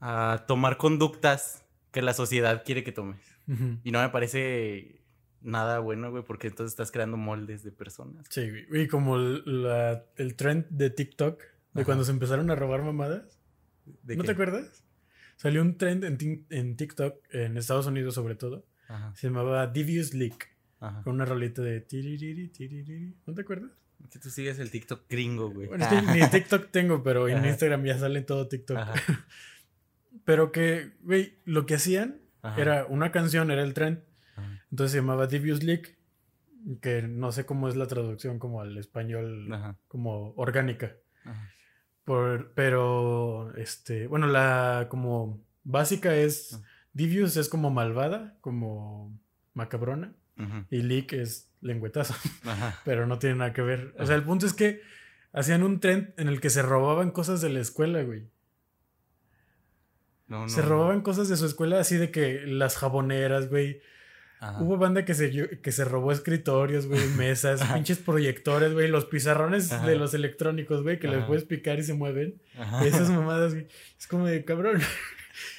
a tomar conductas que la sociedad quiere que tomes. Ujú. Y no me parece nada bueno, güey, porque entonces estás creando moldes de personas. Sí, güey. Y como el- la- el trend de TikTok, de Ajá. cuando se empezaron a robar mamadas, ¿De ¿no qué? te acuerdas? Salió un trend en, tin- en TikTok, en Estados Unidos sobre todo. Ajá, Se llamaba Devious Leak. ajá. Con una rolita de tiririri, tiririri. ¿No te acuerdas? Que tú sigues el TikTok gringo, güey. Bueno, es que ni TikTok tengo, pero en Ajá. Instagram ya sale todo TikTok. [LAUGHS] Ajá, Pero que, güey, lo que hacían ajá, era una canción, era el trend. ajá, Entonces se llamaba Devious Leak. Que no sé cómo es la traducción como al español, ajá, como orgánica. ajá. Por- pero, este, bueno, la como básica es, Ah. Divius es como malvada, como macabrona, Ujú, y Leak es lengüetazo, ajá. pero no tiene nada que ver. O Ajá. sea, el punto es que hacían un trend en el que se robaban cosas de la escuela, güey. No, no, se no. robaban cosas de su escuela, así de que las jaboneras, güey. Ajá. Hubo banda que se, llo- que se robó [LAUGHS] escritorios, güey, mesas, Ajá. pinches proyectores, güey, los pizarrones Ajá. de los electrónicos, güey, que les Ajá. puedes picar y se mueven. Ajá. Esas mamadas, güey. Es como de cabrón. [LAUGHS]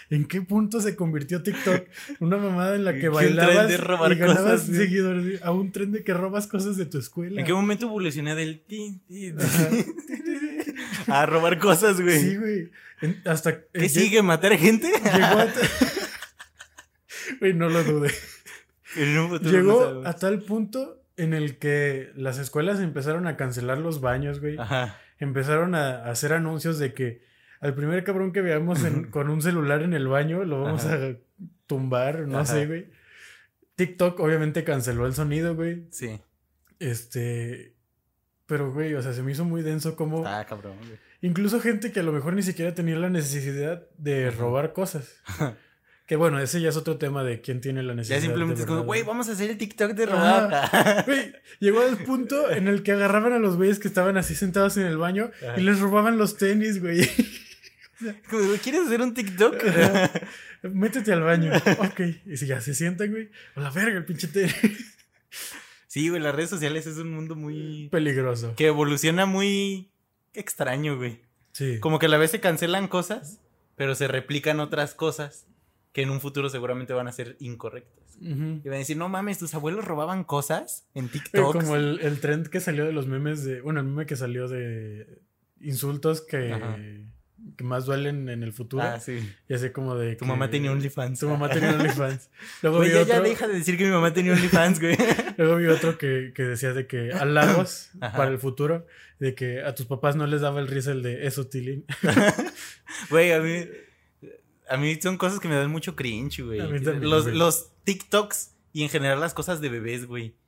¿En qué punto se convirtió TikTok? Una mamada en la Que que un bailabas tren de robar y ganabas cosas, güey. seguidores güey, a un tren de que robas cosas de tu [LAUGHS] escuela. ¿En qué momento evolucioné del tin, tin, Ajá. [LAUGHS] a robar cosas, güey? Sí, güey. En- hasta eh, ¿Qué lle- sigue? ¿Matar a gente? Llegó a ta- [LAUGHS] Güey, no lo dudé. [LAUGHS] En un futuro [LAUGHS] no Llegó sabemos. a tal punto en el que las escuelas empezaron a cancelar los baños, güey. Ajá. Empezaron a a hacer anuncios de que al primer cabrón que veamos [LAUGHS] en- con un celular en el baño lo vamos Ajá. a tumbar, no Ajá. sé, güey. TikTok obviamente canceló el sonido, güey. Sí. Este. Pero, güey, o sea, se me hizo muy denso como. Ah, cabrón, güey. Incluso gente que a lo mejor ni siquiera tenía la necesidad de Ajá. robar [LAUGHS] cosas. que bueno, ese ya es otro tema de quién tiene la necesidad. Ya de simplemente es como, verdad, güey, vamos a hacer el TikTok de robar. Ajá. [LAUGHS] Güey, llegó al punto en el que agarraban a los güeyes que estaban así sentados en el baño Ajá. y les robaban los tenis, [LAUGHS] güey. Como, güey, ¿Quieres hacer un TikTok? Ajá. Métete al baño. Ok. Y si ya se sientan, güey. A la verga, el pinche tenis. [LAUGHS] Sí, güey, las redes sociales es un mundo muy... [LAUGHS] Peligroso. Que evoluciona muy extraño, güey. Sí. Como que a la vez se cancelan cosas, pero se replican otras cosas que en un futuro seguramente van a ser incorrectas. Ujú. Y van a decir, no mames, tus abuelos robaban cosas [LAUGHS] en Eh, TikTok. Como el, el trend que salió de los memes de. Bueno, el meme que salió de insultos que, Ajá. que más duelen en el futuro. Ah, sí. Y así como de. Tu mamá tenía un OnlyFans. Tu mamá tenía un OnlyFans. Luego, Güey, vi ya, Pues ya otro, deja de decir que mi mamá tenía OnlyFans, [LAUGHS] güey. [LAUGHS] luego vi otro que, que decía de que halagos [COUGHS] Ajá. para el futuro, de que a tus papás no les daba el risa el de eso, Tilín. Güey, a mí... A mí son cosas que me dan mucho cringe, güey. A mí también, Los, güey. los TikToks y en general las cosas de bebés, güey. [LAUGHS]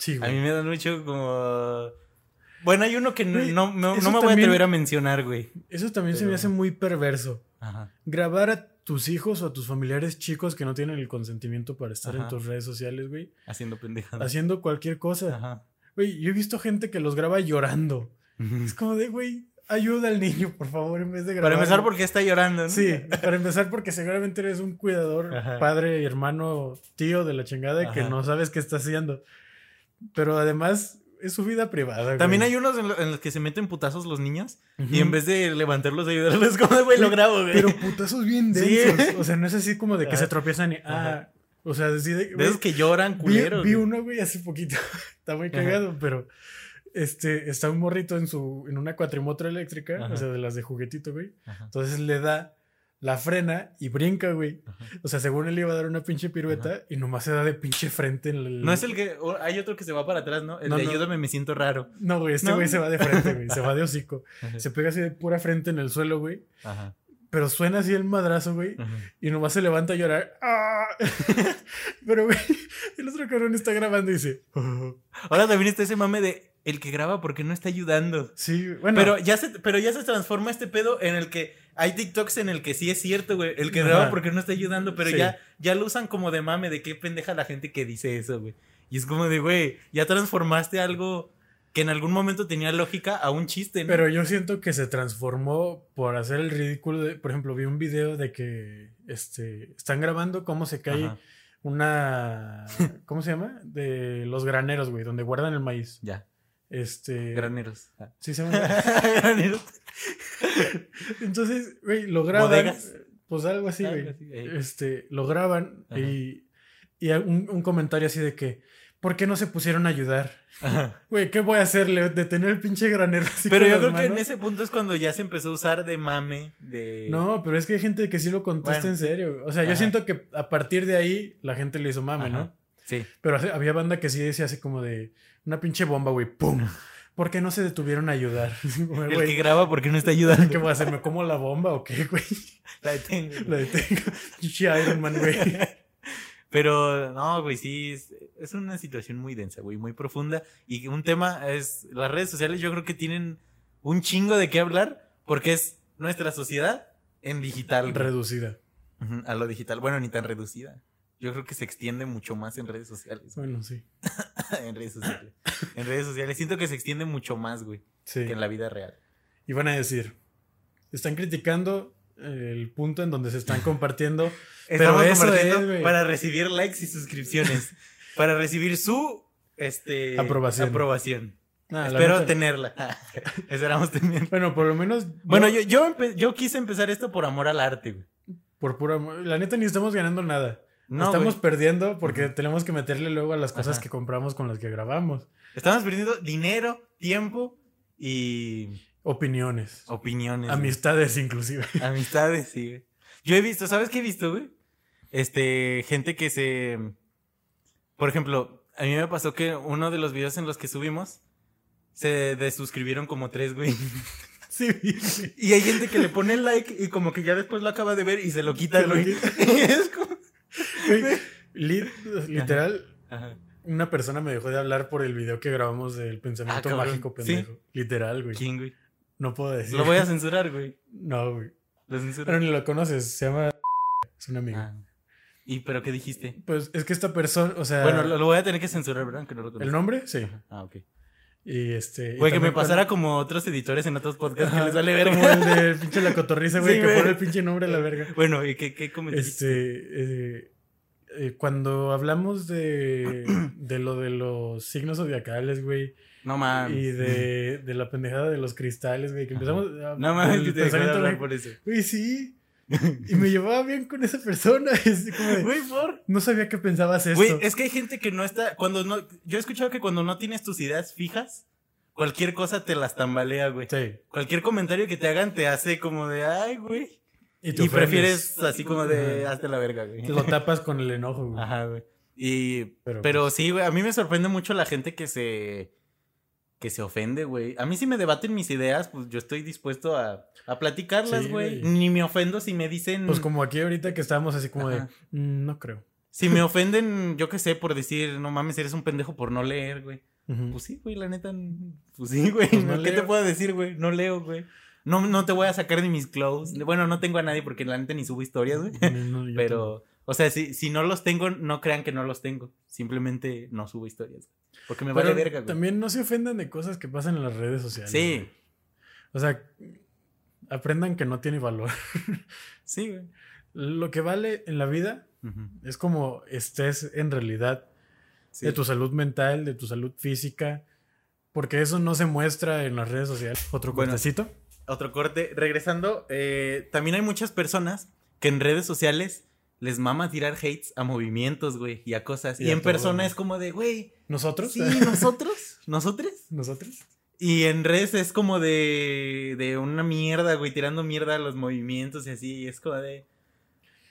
Sí, A mí güey. me dan mucho como... Bueno, hay uno que no, Güey, no- no- no eso me voy a atrever también- a mencionar, güey. Eso también se Pero- me hace muy perverso. Ajá. Grabar a tus hijos o a tus familiares chicos que no tienen el consentimiento para estar en Ajá. tus redes sociales, güey, Haciendo pendejadas. haciendo cualquier cosa. Ajá. Güey, yo he visto gente que los graba llorando. Es como de, güey, ayuda al niño, por favor, en vez de grabar. Para empezar, porque está llorando, ¿no? Sí, para empezar porque seguramente eres un cuidador, Ajá. padre, hermano, tío de la chingada que Ajá. no sabes qué está haciendo. Pero además es su vida privada. También hay unos en, lo- en los que se meten putazos los niños un... y en vez de levantarlos y ayudarlos, [LAUGHS] como, de, güey, lo grabo, güey. Pero putazos bien Sí. densos. O sea, no es así como de que Ajá. se tropiezan y... Ah, Ajá. o sea, así de... De güey, esos que lloran, vi- culeros. vi, güey. uno, güey, hace poquito. [LAUGHS] está muy Ajá. cagado, pero... Este, está un morrito en su... En una cuatrimoto eléctrica. Ajá. O sea, de las de juguetito, güey. Ajá. Entonces le da la frena y brinca, güey. Ajá. O sea, según él iba a dar una pinche pirueta y nomás se da de pinche frente en el... No es el que. o Hay otro que se va para atrás, ¿no? El No, de no. ayúdame, me siento raro. No, güey, este No. güey se va de frente, güey. se va de [LAUGHS] hocico. Ajá. Se pega así de pura frente en el suelo, güey. Ajá. Pero suena así el madrazo, güey. Y nomás se levanta a llorar. ¡Ah! [LAUGHS] Pero, güey, el otro cabrón está grabando y dice... "Oh". [LAUGHS] Ahora también está ese mame de el que graba porque no está ayudando. Sí, bueno. Pero ya, se, pero ya se transforma este pedo en el que hay TikToks en el que sí es cierto, güey. El que Ajá. graba porque no está ayudando, pero Sí. ya, ya lo usan como de mame de qué pendeja la gente que dice eso, güey. Y es como de, güey, ya transformaste algo que en algún momento tenía lógica a un chiste, ¿no? Pero yo siento que se transformó por hacer el ridículo. de- por ejemplo, vi un video de que este, están grabando cómo se cae Ajá, [LAUGHS] una. ¿Cómo se llama? De los graneros, güey, donde guardan el maíz. ya. Este. [LAUGHS] Graneros. [LAUGHS] Sí, se llama. Graneros. Entonces, güey, lo graban. Bodegas. Pues algo así, Algo güey. así, ey. Este, lo graban Ajá. y. Y un, un comentario así de que. ¿Por qué no se pusieron a ayudar? [LAUGHS] Güey, ¿qué voy a hacerle? Detener el pinche granero así Pero con yo las creo que en manos? ese punto es cuando ya se empezó a usar de mame, de... No, pero es que hay gente que sí lo contesta Bueno. en serio. O sea, yo Ajá. siento que a partir de ahí la gente le hizo mame, Ajá. ¿no? Sí. Pero hace- había banda que sí decía así como de una pinche bomba, güey, [LAUGHS] ¡pum! ¿Por qué no se detuvieron a ayudar? [LAUGHS] Güey, El que güey, graba porque no está ayudando. ¿Qué voy a hacer? ¿Me como la bomba o qué, [LAUGHS] güey? La detengo. [LAUGHS] La detengo. [LAUGHS] Pinche Iron Man, [LAUGHS] güey. Pero no, güey, sí, es, es una situación muy densa, güey, muy profunda. Y un tema es, las redes sociales yo creo que tienen un chingo de qué hablar porque es nuestra sociedad en digital. güey. Reducida. Ujú, A lo digital, bueno, ni tan reducida. Yo creo que se extiende mucho más en redes sociales. güey. Bueno, sí. [LAUGHS] en redes sociales. En redes sociales. Siento que se extiende mucho más, güey, Sí. que en la vida real. Y van a decir, están criticando el punto en donde se [LAUGHS] están compartiendo. Estamos eso compartiendo es, güey. para recibir likes y [LAUGHS] suscripciones. para recibir su este, Aprobación. aprobación. Ah, la Espero neta. [LAUGHS] tenerla. [LAUGHS] Esperamos tenerla. Bueno, por lo menos. Bueno, yo, yo, empe- yo quise empezar esto por amor al arte, güey. Por pura. La neta, ni estamos ganando nada. No, estamos güey. perdiendo porque Ujú. tenemos que meterle luego a las cosas Ajá. que compramos con las que grabamos. Estamos perdiendo dinero, tiempo y Opiniones. opiniones. güey. [LAUGHS] Amistades, inclusive. Amistades, sí, güey. Yo he visto, ¿sabes qué he visto, güey? Este, gente que se. Por ejemplo, a mí me pasó que uno de los videos en los que subimos se desuscribieron como tres, güey. [LAUGHS] Sí, Y hay gente que le pone el like y como que ya después lo acaba de ver y se lo quita, Se lo güey. [LAUGHS] Y es como- güey. Li- literal, Ajá. una persona me dejó de hablar por el video que grabamos del pensamiento Ah, cabrón. mágico, Sí. pendejo. Literal, güey. ¿Quién, güey? No puedo decir. Lo voy a censurar, güey. [LAUGHS] No, güey. Lo Pero censuro. ni lo conoces, se llama. [LAUGHS] Es un amigo. Ah. ¿Y pero qué dijiste? Pues es que esta persona, o sea. Bueno, lo, lo voy a tener que censurar, ¿verdad? Aunque no lo Ah. ¿El conozco. nombre? Sí. Ah, ok. Y este. y Güey, que me también cuando- pasara como otros editores en otros podcasts que Ajá, les vale Como verga. el de pinche la cotorriza, güey, Sí, que güey. pone el pinche nombre a la verga. [LAUGHS] Bueno, ¿y qué, qué cometiste? Este. eh, eh, cuando [CLEARS THROAT] hablamos de, de lo de los signos zodiacales, güey, No mames. y de, de la pendejada de los cristales, güey, que Ajá. empezamos a- No mames, el que te dejé de pensamiento hablar mágico. por eso. [LAUGHS] Güey, sí. Y me llevaba bien con esa persona. [LAUGHS] y así como de, Güey, por. no sabía que pensabas esto. Güey, es que hay gente que no está. Cuando no. Yo he escuchado que cuando no tienes tus ideas fijas, cualquier cosa te las tambalea, güey. Sí. Cualquier comentario que te hagan te hace como de, ay, güey. Y, te Y ofendes. prefieres así como de, Ajá. hazte la verga, güey. Lo tapas con el enojo, güey. Ajá, güey. Y Pero, pues, Pero sí, güey, a mí me sorprende mucho la gente que se que se ofende, güey. A mí si me debaten mis ideas, pues yo estoy dispuesto a, a platicarlas, Sí, güey. güey. Ni me ofendo si me dicen Pues como aquí ahorita que estábamos así como Ajá. de, "Mm, no creo. si me ofenden, yo qué sé, por decir, no mames, eres un pendejo por no leer, güey. Ujú. Pues sí, güey, la neta n- pues sí, güey. Pues no ¿Qué te leo. puedo decir, güey? No leo, güey. No, no te voy a sacar ni mis clothes. Bueno, no tengo a nadie porque la neta ni subo historias, güey. No, no, [LAUGHS] yo Pero, o sea, si, si no los tengo, no crean que no los tengo. Simplemente no subo historias. Porque me tampoco. vale Pero verga, güey. También no se ofendan de cosas que pasan en las redes sociales. Sí, O sea, aprendan que no tiene valor. sí, güey. Lo que vale en la vida es como estés en realidad Sí. de tu salud mental, de tu salud física, porque eso no se muestra en las redes sociales. Otro Bueno. cortecito. Otro corte. Regresando, eh, también hay muchas personas que en redes sociales les mama tirar hates a movimientos, güey, y a cosas. Y Y, a en todo, persona ¿no? es como de, güey, ¿Nosotros? sí, nosotros, nosotros. [LAUGHS] ¿Nosotros? Y en redes es como de, de una mierda, güey, tirando mierda a los movimientos y así. y es como de.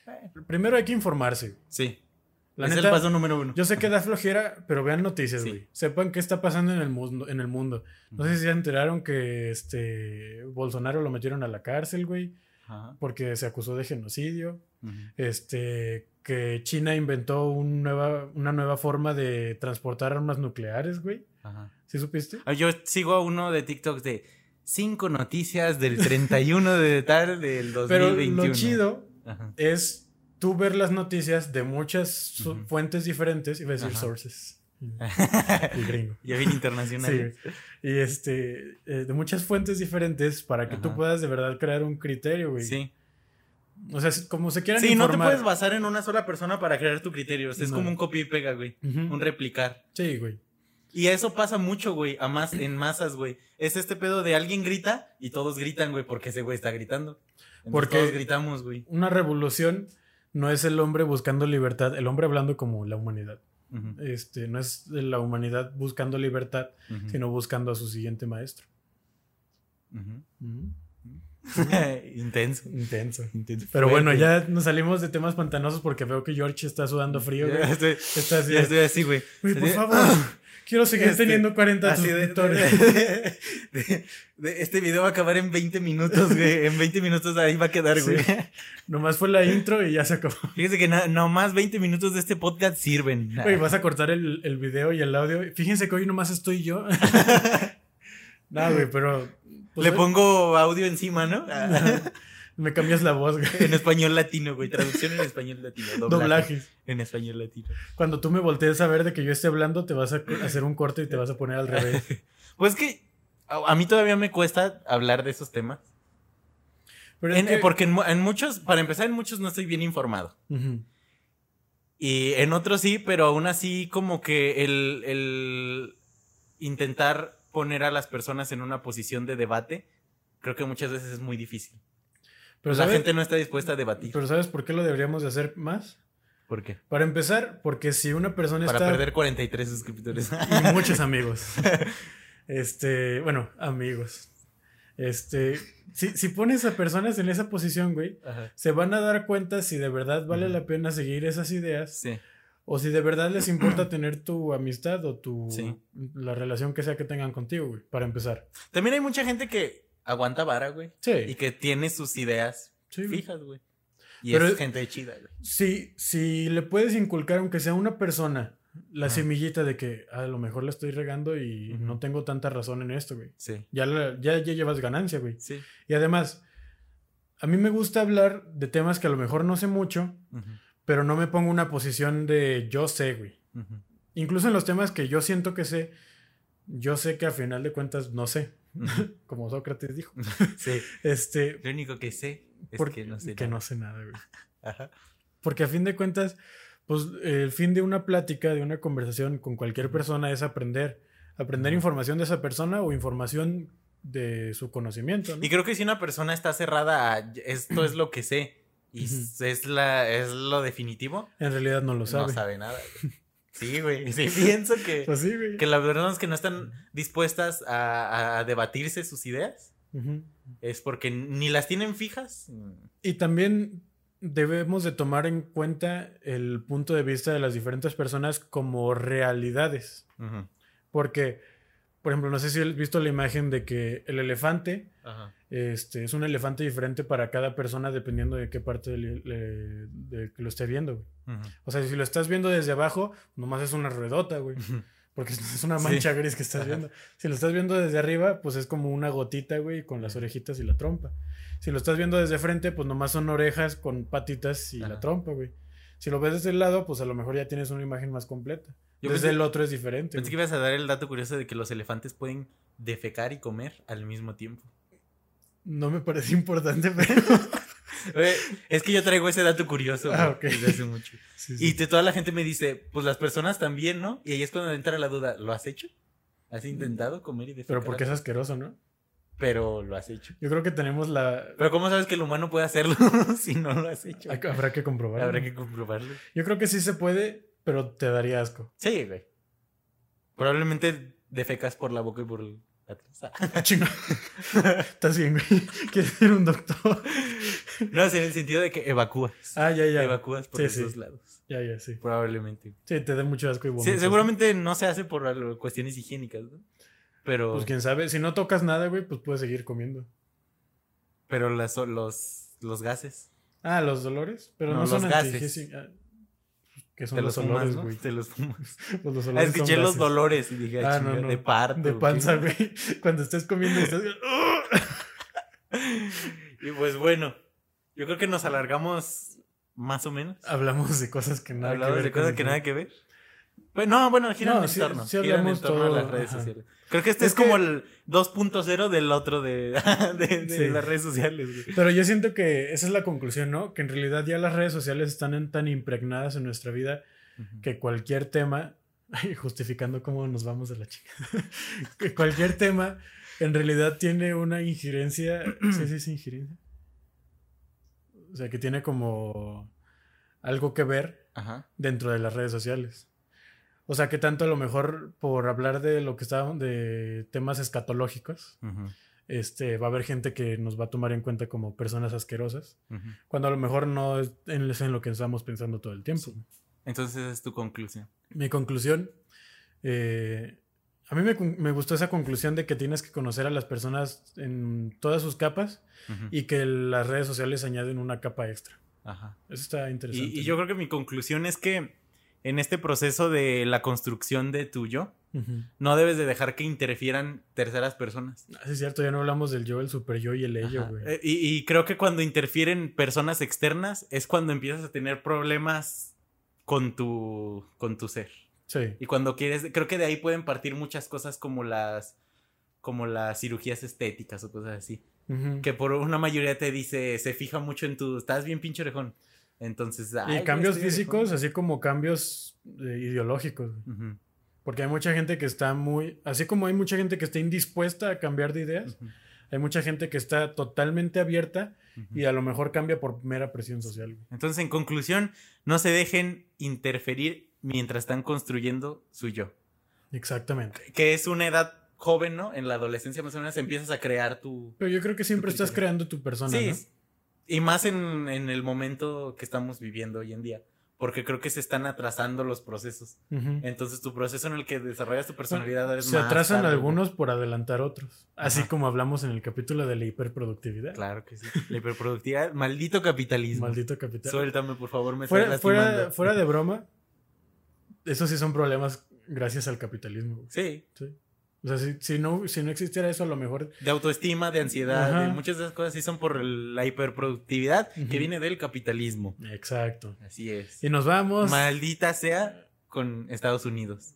eh, Primero hay que informarse. Sí. La es neta, el paso número uno. Yo sé que da flojera, pero vean noticias, Sí. güey. Sepan qué está pasando en el mundo, en el mundo. No sé si se enteraron que este Bolsonaro lo metieron a la cárcel, güey, Ajá. porque se acusó de genocidio. Ujú. Este que China inventó un nueva, una nueva forma de transportar armas nucleares, güey. Ajá. ¿Sí supiste? Ah, Yo sigo a uno de TikTok de cinco noticias del 31 de tal del 2021. [LAUGHS] Pero lo chido Ajá. [LAUGHS] es tú ver las noticias de muchas su- Ujú. fuentes diferentes, iba a decir Ajá. sources. El gringo. ya bien internacional. Sí, Y este, eh, de muchas fuentes diferentes para que tú Ajá. puedas de verdad crear un criterio, Sí. güey. Sí, O sea, si- como se quieran no te informar. puedes basar en una sola persona para crear tu criterio. o sea, es No. como un copy y pega, güey. Ujú. Un replicar. Sí, güey. Y eso pasa mucho, güey, a más, en masas, güey. Es este pedo de alguien grita y todos gritan, güey, porque ese güey está gritando. Entonces, Porque- todos gritamos, güey. Una revolución no es el hombre buscando libertad, el hombre hablando como la humanidad. Ujú, Este, no es la humanidad buscando libertad, ujú, sino buscando a su siguiente maestro. ujú. [LAUGHS] Ujú. Intenso. Intenso. intenso. Pero bueno, Fuerte. ya nos salimos de temas pantanosos porque veo que George está sudando frío. Ya güey. estoy, Está así. ya de, estoy así, güey. "Güey, por Así de- favor, quiero seguir Este, teniendo 40 Así de, suscriptores. de- de- de- este video va a acabar en 20 minutos, güey. En 20 minutos ahí va a quedar, güey. Sí. Nomás fue la intro y ya se acabó. Fíjense que na- nomás 20 minutos de este podcast sirven. Güey, vas a cortar el, el video y el audio. Fíjense que hoy nomás estoy [LAUGHS] yo. no, güey, pero. pues, Ah, Le güey, pongo audio encima, ¿no? [LAUGHS] Ah, Me cambias la voz, güey. en español latino, güey. Traducción en español latino. [LAUGHS] Doblaje. Doblajes. En español latino. Cuando tú me voltees a ver de que yo esté hablando, te vas a hacer un corte y te vas a poner al revés. [LAUGHS] Pues que a, a mí todavía me cuesta hablar de esos temas. Pero es En- eh, que- Porque en, mu- en muchos, para empezar, en muchos no estoy bien informado. Ujú. Y en otros sí, pero aún así como que el, el intentar poner a las personas en una posición de debate, creo que muchas veces es muy difícil. Pero, Pues la ¿sabes? gente no está dispuesta a debatir. pero ¿sabes por qué lo deberíamos de hacer más? ¿Por qué? Para empezar, porque si una persona Para está perder 43 [LAUGHS] suscriptores. y [LAUGHS] muchos amigos. Este, bueno, amigos. Este, si, si pones a personas en esa posición, güey, Ajá. se van a dar cuenta si de verdad vale la pena seguir esas ideas Sí. o si de verdad [CLEARS THROAT] les importa tener tu amistad o tu Sí. la relación que sea que tengan contigo, güey, para empezar. También hay mucha gente que aguanta vara, güey. Y Sí. que tiene sus ideas sí. güey. fijas, güey. Y Pero- es gente chida, güey. Si, si le puedes inculcar, aunque sea una persona, la Ajá. semillita de que a lo mejor la estoy regando y Ujú. no tengo tanta razón en esto, güey. Sí. Ya, la- ya, ya llevas ganancia, güey. Sí. Y además, a mí me gusta hablar de temas que a lo mejor no sé mucho, Ujú, pero no me pongo una posición de yo sé, güey. [LAUGHS] ujú, Incluso en los temas que yo siento que sé, yo sé que a final de cuentas no sé, ujú. como Sócrates dijo. Sí. Este, Lo único que sé es porque que no sé. que nada. no sé nada, güey. Ajá. Porque a fin de cuentas, pues el fin de una plática, de una conversación con cualquier persona es aprender. Aprender información de esa persona o información de su conocimiento. ¿no? Y creo que si una persona está cerrada a esto es lo que sé y Ujú. s- es, la, es lo definitivo, En realidad no lo sabe. no sabe nada. [LAUGHS] güey. Sí, güey. Sí, pienso que, Pues sí, güey. que las personas que no están dispuestas a, a debatirse sus ideas Ujú. es porque ni las tienen fijas. mm, Y también debemos de tomar en cuenta el punto de vista de las diferentes personas como realidades. ujú, Porque, por ejemplo, no sé si has visto la imagen de que el elefante ajá, este, es un elefante diferente para cada persona dependiendo de qué parte del- le- de que lo esté viendo. güey. ujú, O sea, si lo estás viendo desde abajo, nomás es una ruedota, güey. ujú. Porque [LAUGHS] es una Sí. mancha gris que estás Ajá. viendo. Si lo estás viendo desde arriba, pues es como una gotita, güey, con las orejitas y la trompa. Si lo estás viendo desde frente, pues nomás son orejas con patitas y la Ajá. trompa, güey. Si lo ves desde el lado, pues a lo mejor ya tienes una imagen más completa. Yo desde pensé, el otro es diferente. pensé que güey. ibas a dar el dato curioso de que los elefantes pueden defecar y comer al mismo [LAUGHS] tiempo. No me parece importante, [LAUGHS] [LAUGHS] pero. Güey, Es que yo traigo ese dato curioso Ah, güey, ok. desde hace mucho. Sí, sí. Y te- toda la gente me dice, pues las personas también, ¿no? Y ahí es cuando entra la duda, ¿lo has hecho? ¿Has intentado comer y defecar? Pero porque es asqueroso, ¿no? Pero lo has hecho. Yo creo que tenemos [LAUGHS] la. Pero ¿cómo sabes que el humano puede hacerlo [LAUGHS] si no lo has hecho? Habrá que comprobarlo. Habrá que comprobarlo. Yo creo que sí se puede, pero te daría asco. [LAUGHS] Sí, güey. Probablemente defecas por la boca y por la taza. Chinga. [LAUGHS] Estás bien, güey. [LAUGHS] Quieres ser un doctor. [LAUGHS] No, es en el sentido de que evacúas. Ah, ya, ya. Evacúas por Sí, los sí. dos lados. Ya, ya, sí. Probablemente. Sí, te da mucho asco y Sí, vomitas. seguramente no se hace por algo- cuestiones higiénicas, ¿no? Pero, Pues quién sabe, si no tocas nada, güey, pues puedes seguir comiendo. pero las- los, los gases. Ah, los dolores, pero no, No, son los gases. antihigiénicos. Que Ah, son Te los los olores, fumas, ¿no? güey. Te los fumas. Pues los Ah, olores son escuché los gases. dolores y dije, Ah, ah, no, chinga, no. de parto. De ¿qué? panza, [LAUGHS] güey. Cuando estés comiendo estás... [LAUGHS] Y pues bueno, yo creo que nos alargamos más o menos. Hablamos de cosas que nada Hablamos que ver de con cosas el que tema. nada que ver. Pues no, bueno, giran No, en sí- torno. sí giran en hablamos torno a las todo, redes ajá. sociales. Creo que este Es es, como que- el 2.0 del otro de, [LAUGHS] de, de Sí. las redes sociales. güey. Pero yo siento que esa es la conclusión, ¿no? Que en realidad ya las redes sociales están en- tan impregnadas en nuestra vida que cualquier tema, [LAUGHS] ay, justificando cómo nos vamos de la chica, [LAUGHS] que cualquier tema en realidad tiene una injerencia, [CLEARS THROAT] sí, sí, es injerencia. O sea, que tiene como algo que ver Ajá. dentro de las redes sociales. O sea, que tanto a lo mejor por hablar de lo que está, de temas escatológicos, Ujú, este, va a haber gente que nos va a tomar en cuenta como personas asquerosas, ujú. cuando a lo mejor no es en, es en lo que estamos pensando todo el tiempo. Sí. Entonces esa es tu conclusión. Mi conclusión, eh, a mí me, con- me gustó esa conclusión de que tienes que conocer a las personas en todas sus capas Ujú, y que las redes sociales añaden una capa extra. Ajá. Eso está interesante. Y, y yo creo que mi conclusión es que en este proceso de la construcción de tu yo, Ujú. no debes de dejar que interfieran terceras personas. Ah, sí, es cierto, ya no hablamos del yo, el super yo y el ello, Ajá. güey. Eh, Y, y creo que cuando interfieren personas externas es cuando empiezas a tener problemas con tu, con tu ser. Sí, Y cuando quieres, creo que de ahí pueden partir muchas cosas como las, como las cirugías estéticas o cosas así. ujú. Que por una mayoría te dice, se fija mucho en tu, estás bien pinche orejón. Entonces, "Ay, Y güey, cambios estoy orejón". físicos, así como cambios eh, ideológicos. güey. Ujú, Porque hay mucha gente que está muy. Así como hay mucha gente que está indispuesta a cambiar de ideas, ujú, hay mucha gente que está totalmente abierta ujú. y a lo mejor cambia por mera presión social. güey. Entonces, en conclusión, no se dejen interferir mientras están construyendo su yo. Exactamente. Que es una edad joven, ¿no? En la adolescencia más o menos empiezas a crear tu... Pero yo creo que siempre estás criterio. creando tu persona. Sí. ¿no? Y más en, en el momento que estamos viviendo hoy en día. Porque creo que se están atrasando los procesos. Ujú. Entonces, tu proceso en el que desarrollas tu personalidad es Se más atrasan tarde. algunos por adelantar otros. Así Ajá. como hablamos en el capítulo de la hiperproductividad. Claro que sí. La hiperproductividad, maldito capitalismo. Maldito capital. Suéltame, por favor, me Fuera, estás fuera, lastimando. fuera de broma, esos sí son problemas gracias al capitalismo. güey. Sí, O sea, si, si no, si no existiera eso, a lo mejor de autoestima, de ansiedad, Ajá. de muchas de esas cosas sí son por el- la hiperproductividad Ujú. que viene del capitalismo. Exacto. Así es. Y nos vamos. Maldita sea con Estados Unidos,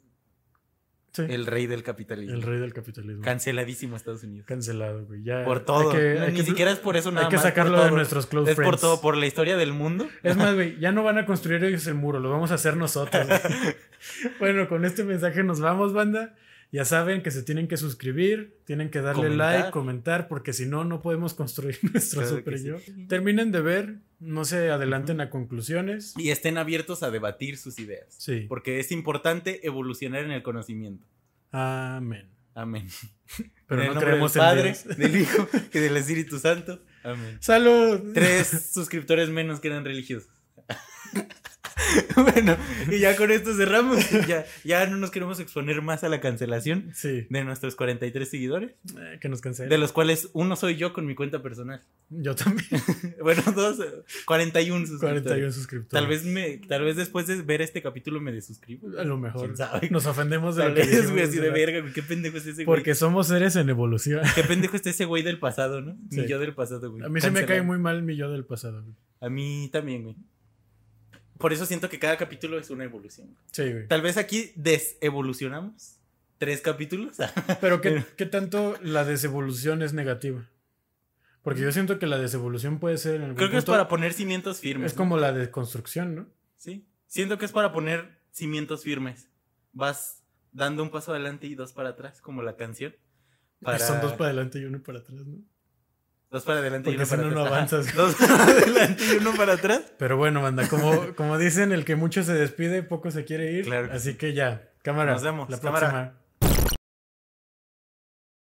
Sí, el, el rey del capitalismo. rey del capitalismo. Canceladísimo Estados Unidos. Cancelado, güey. Ya, por todo. hay que- No, hay Ni que- siquiera es por eso nada Hay que más, por sacarlo de todo. nuestros close Es friends. por todo, por la historia del mundo. Es más, güey, ya no van a construir ellos el muro, lo vamos a hacer nosotros. güey. [LAUGHS] bueno, con este mensaje nos vamos, banda. Ya saben que se tienen que suscribir, tienen que darle Comentar. like, comentar, porque si no, no podemos construir [LAUGHS] nuestro Claro que super yo. sí. Terminen de ver, no se adelanten a conclusiones. Y estén abiertos a debatir sus ideas. Sí. Porque es importante evolucionar en el conocimiento. Amén. Amén. Pero en el no nombre del creemos en Padre, Dios. [LAUGHS] del Hijo y del Espíritu Santo. Amén. [LAUGHS] Salud. Tres suscriptores menos que eran religiosos. [LAUGHS] bueno, y ya con esto cerramos. [LAUGHS] Ya, ya no nos queremos exponer más a la cancelación. Sí. de nuestros 43 seguidores, Eh, que nos cancelen. de los cuales uno soy yo con mi cuenta personal. [LAUGHS] Yo también. Bueno, dos, eh, 41 suscriptores. 41 suscriptores. Tal vez me, tal vez después de ver este capítulo me desuscribo. A lo ¿Quién mejor. sabe? Nos ofendemos de Tal lo que vez, dijimos güey, así de hace rato. verga, güey, qué pendejo es ese güey. Porque somos seres en evolución. Qué pendejo está ese güey del pasado, ¿no? Ni Sí. yo del pasado, güey. A mí se me Cancelado. cae muy mal mi yo del pasado. güey. A mí también, güey. Por eso siento que cada capítulo es una evolución. Sí, güey. Tal vez aquí desevolucionamos. Tres capítulos. [LAUGHS] Pero ¿qué, qué tanto la desevolución es negativa? Porque yo siento que la desevolución puede ser en algún Creo que es punto- para poner cimientos firmes. Es ¿no? como la desconstrucción, ¿no? Sí. Siento que es para poner cimientos firmes. Vas dando un paso adelante y dos para atrás, como la canción. Para- Son dos para adelante y uno para atrás, ¿no? dos para adelante y Porque uno para si no, atrás. no Ajá. avanzas. Dos para adelante y uno para atrás. Pero bueno, [LAUGHS] banda, como, como dicen, el que mucho se despide, poco se quiere ir. Claro que así que ya, cámara. Nos vemos, La cámara. próxima.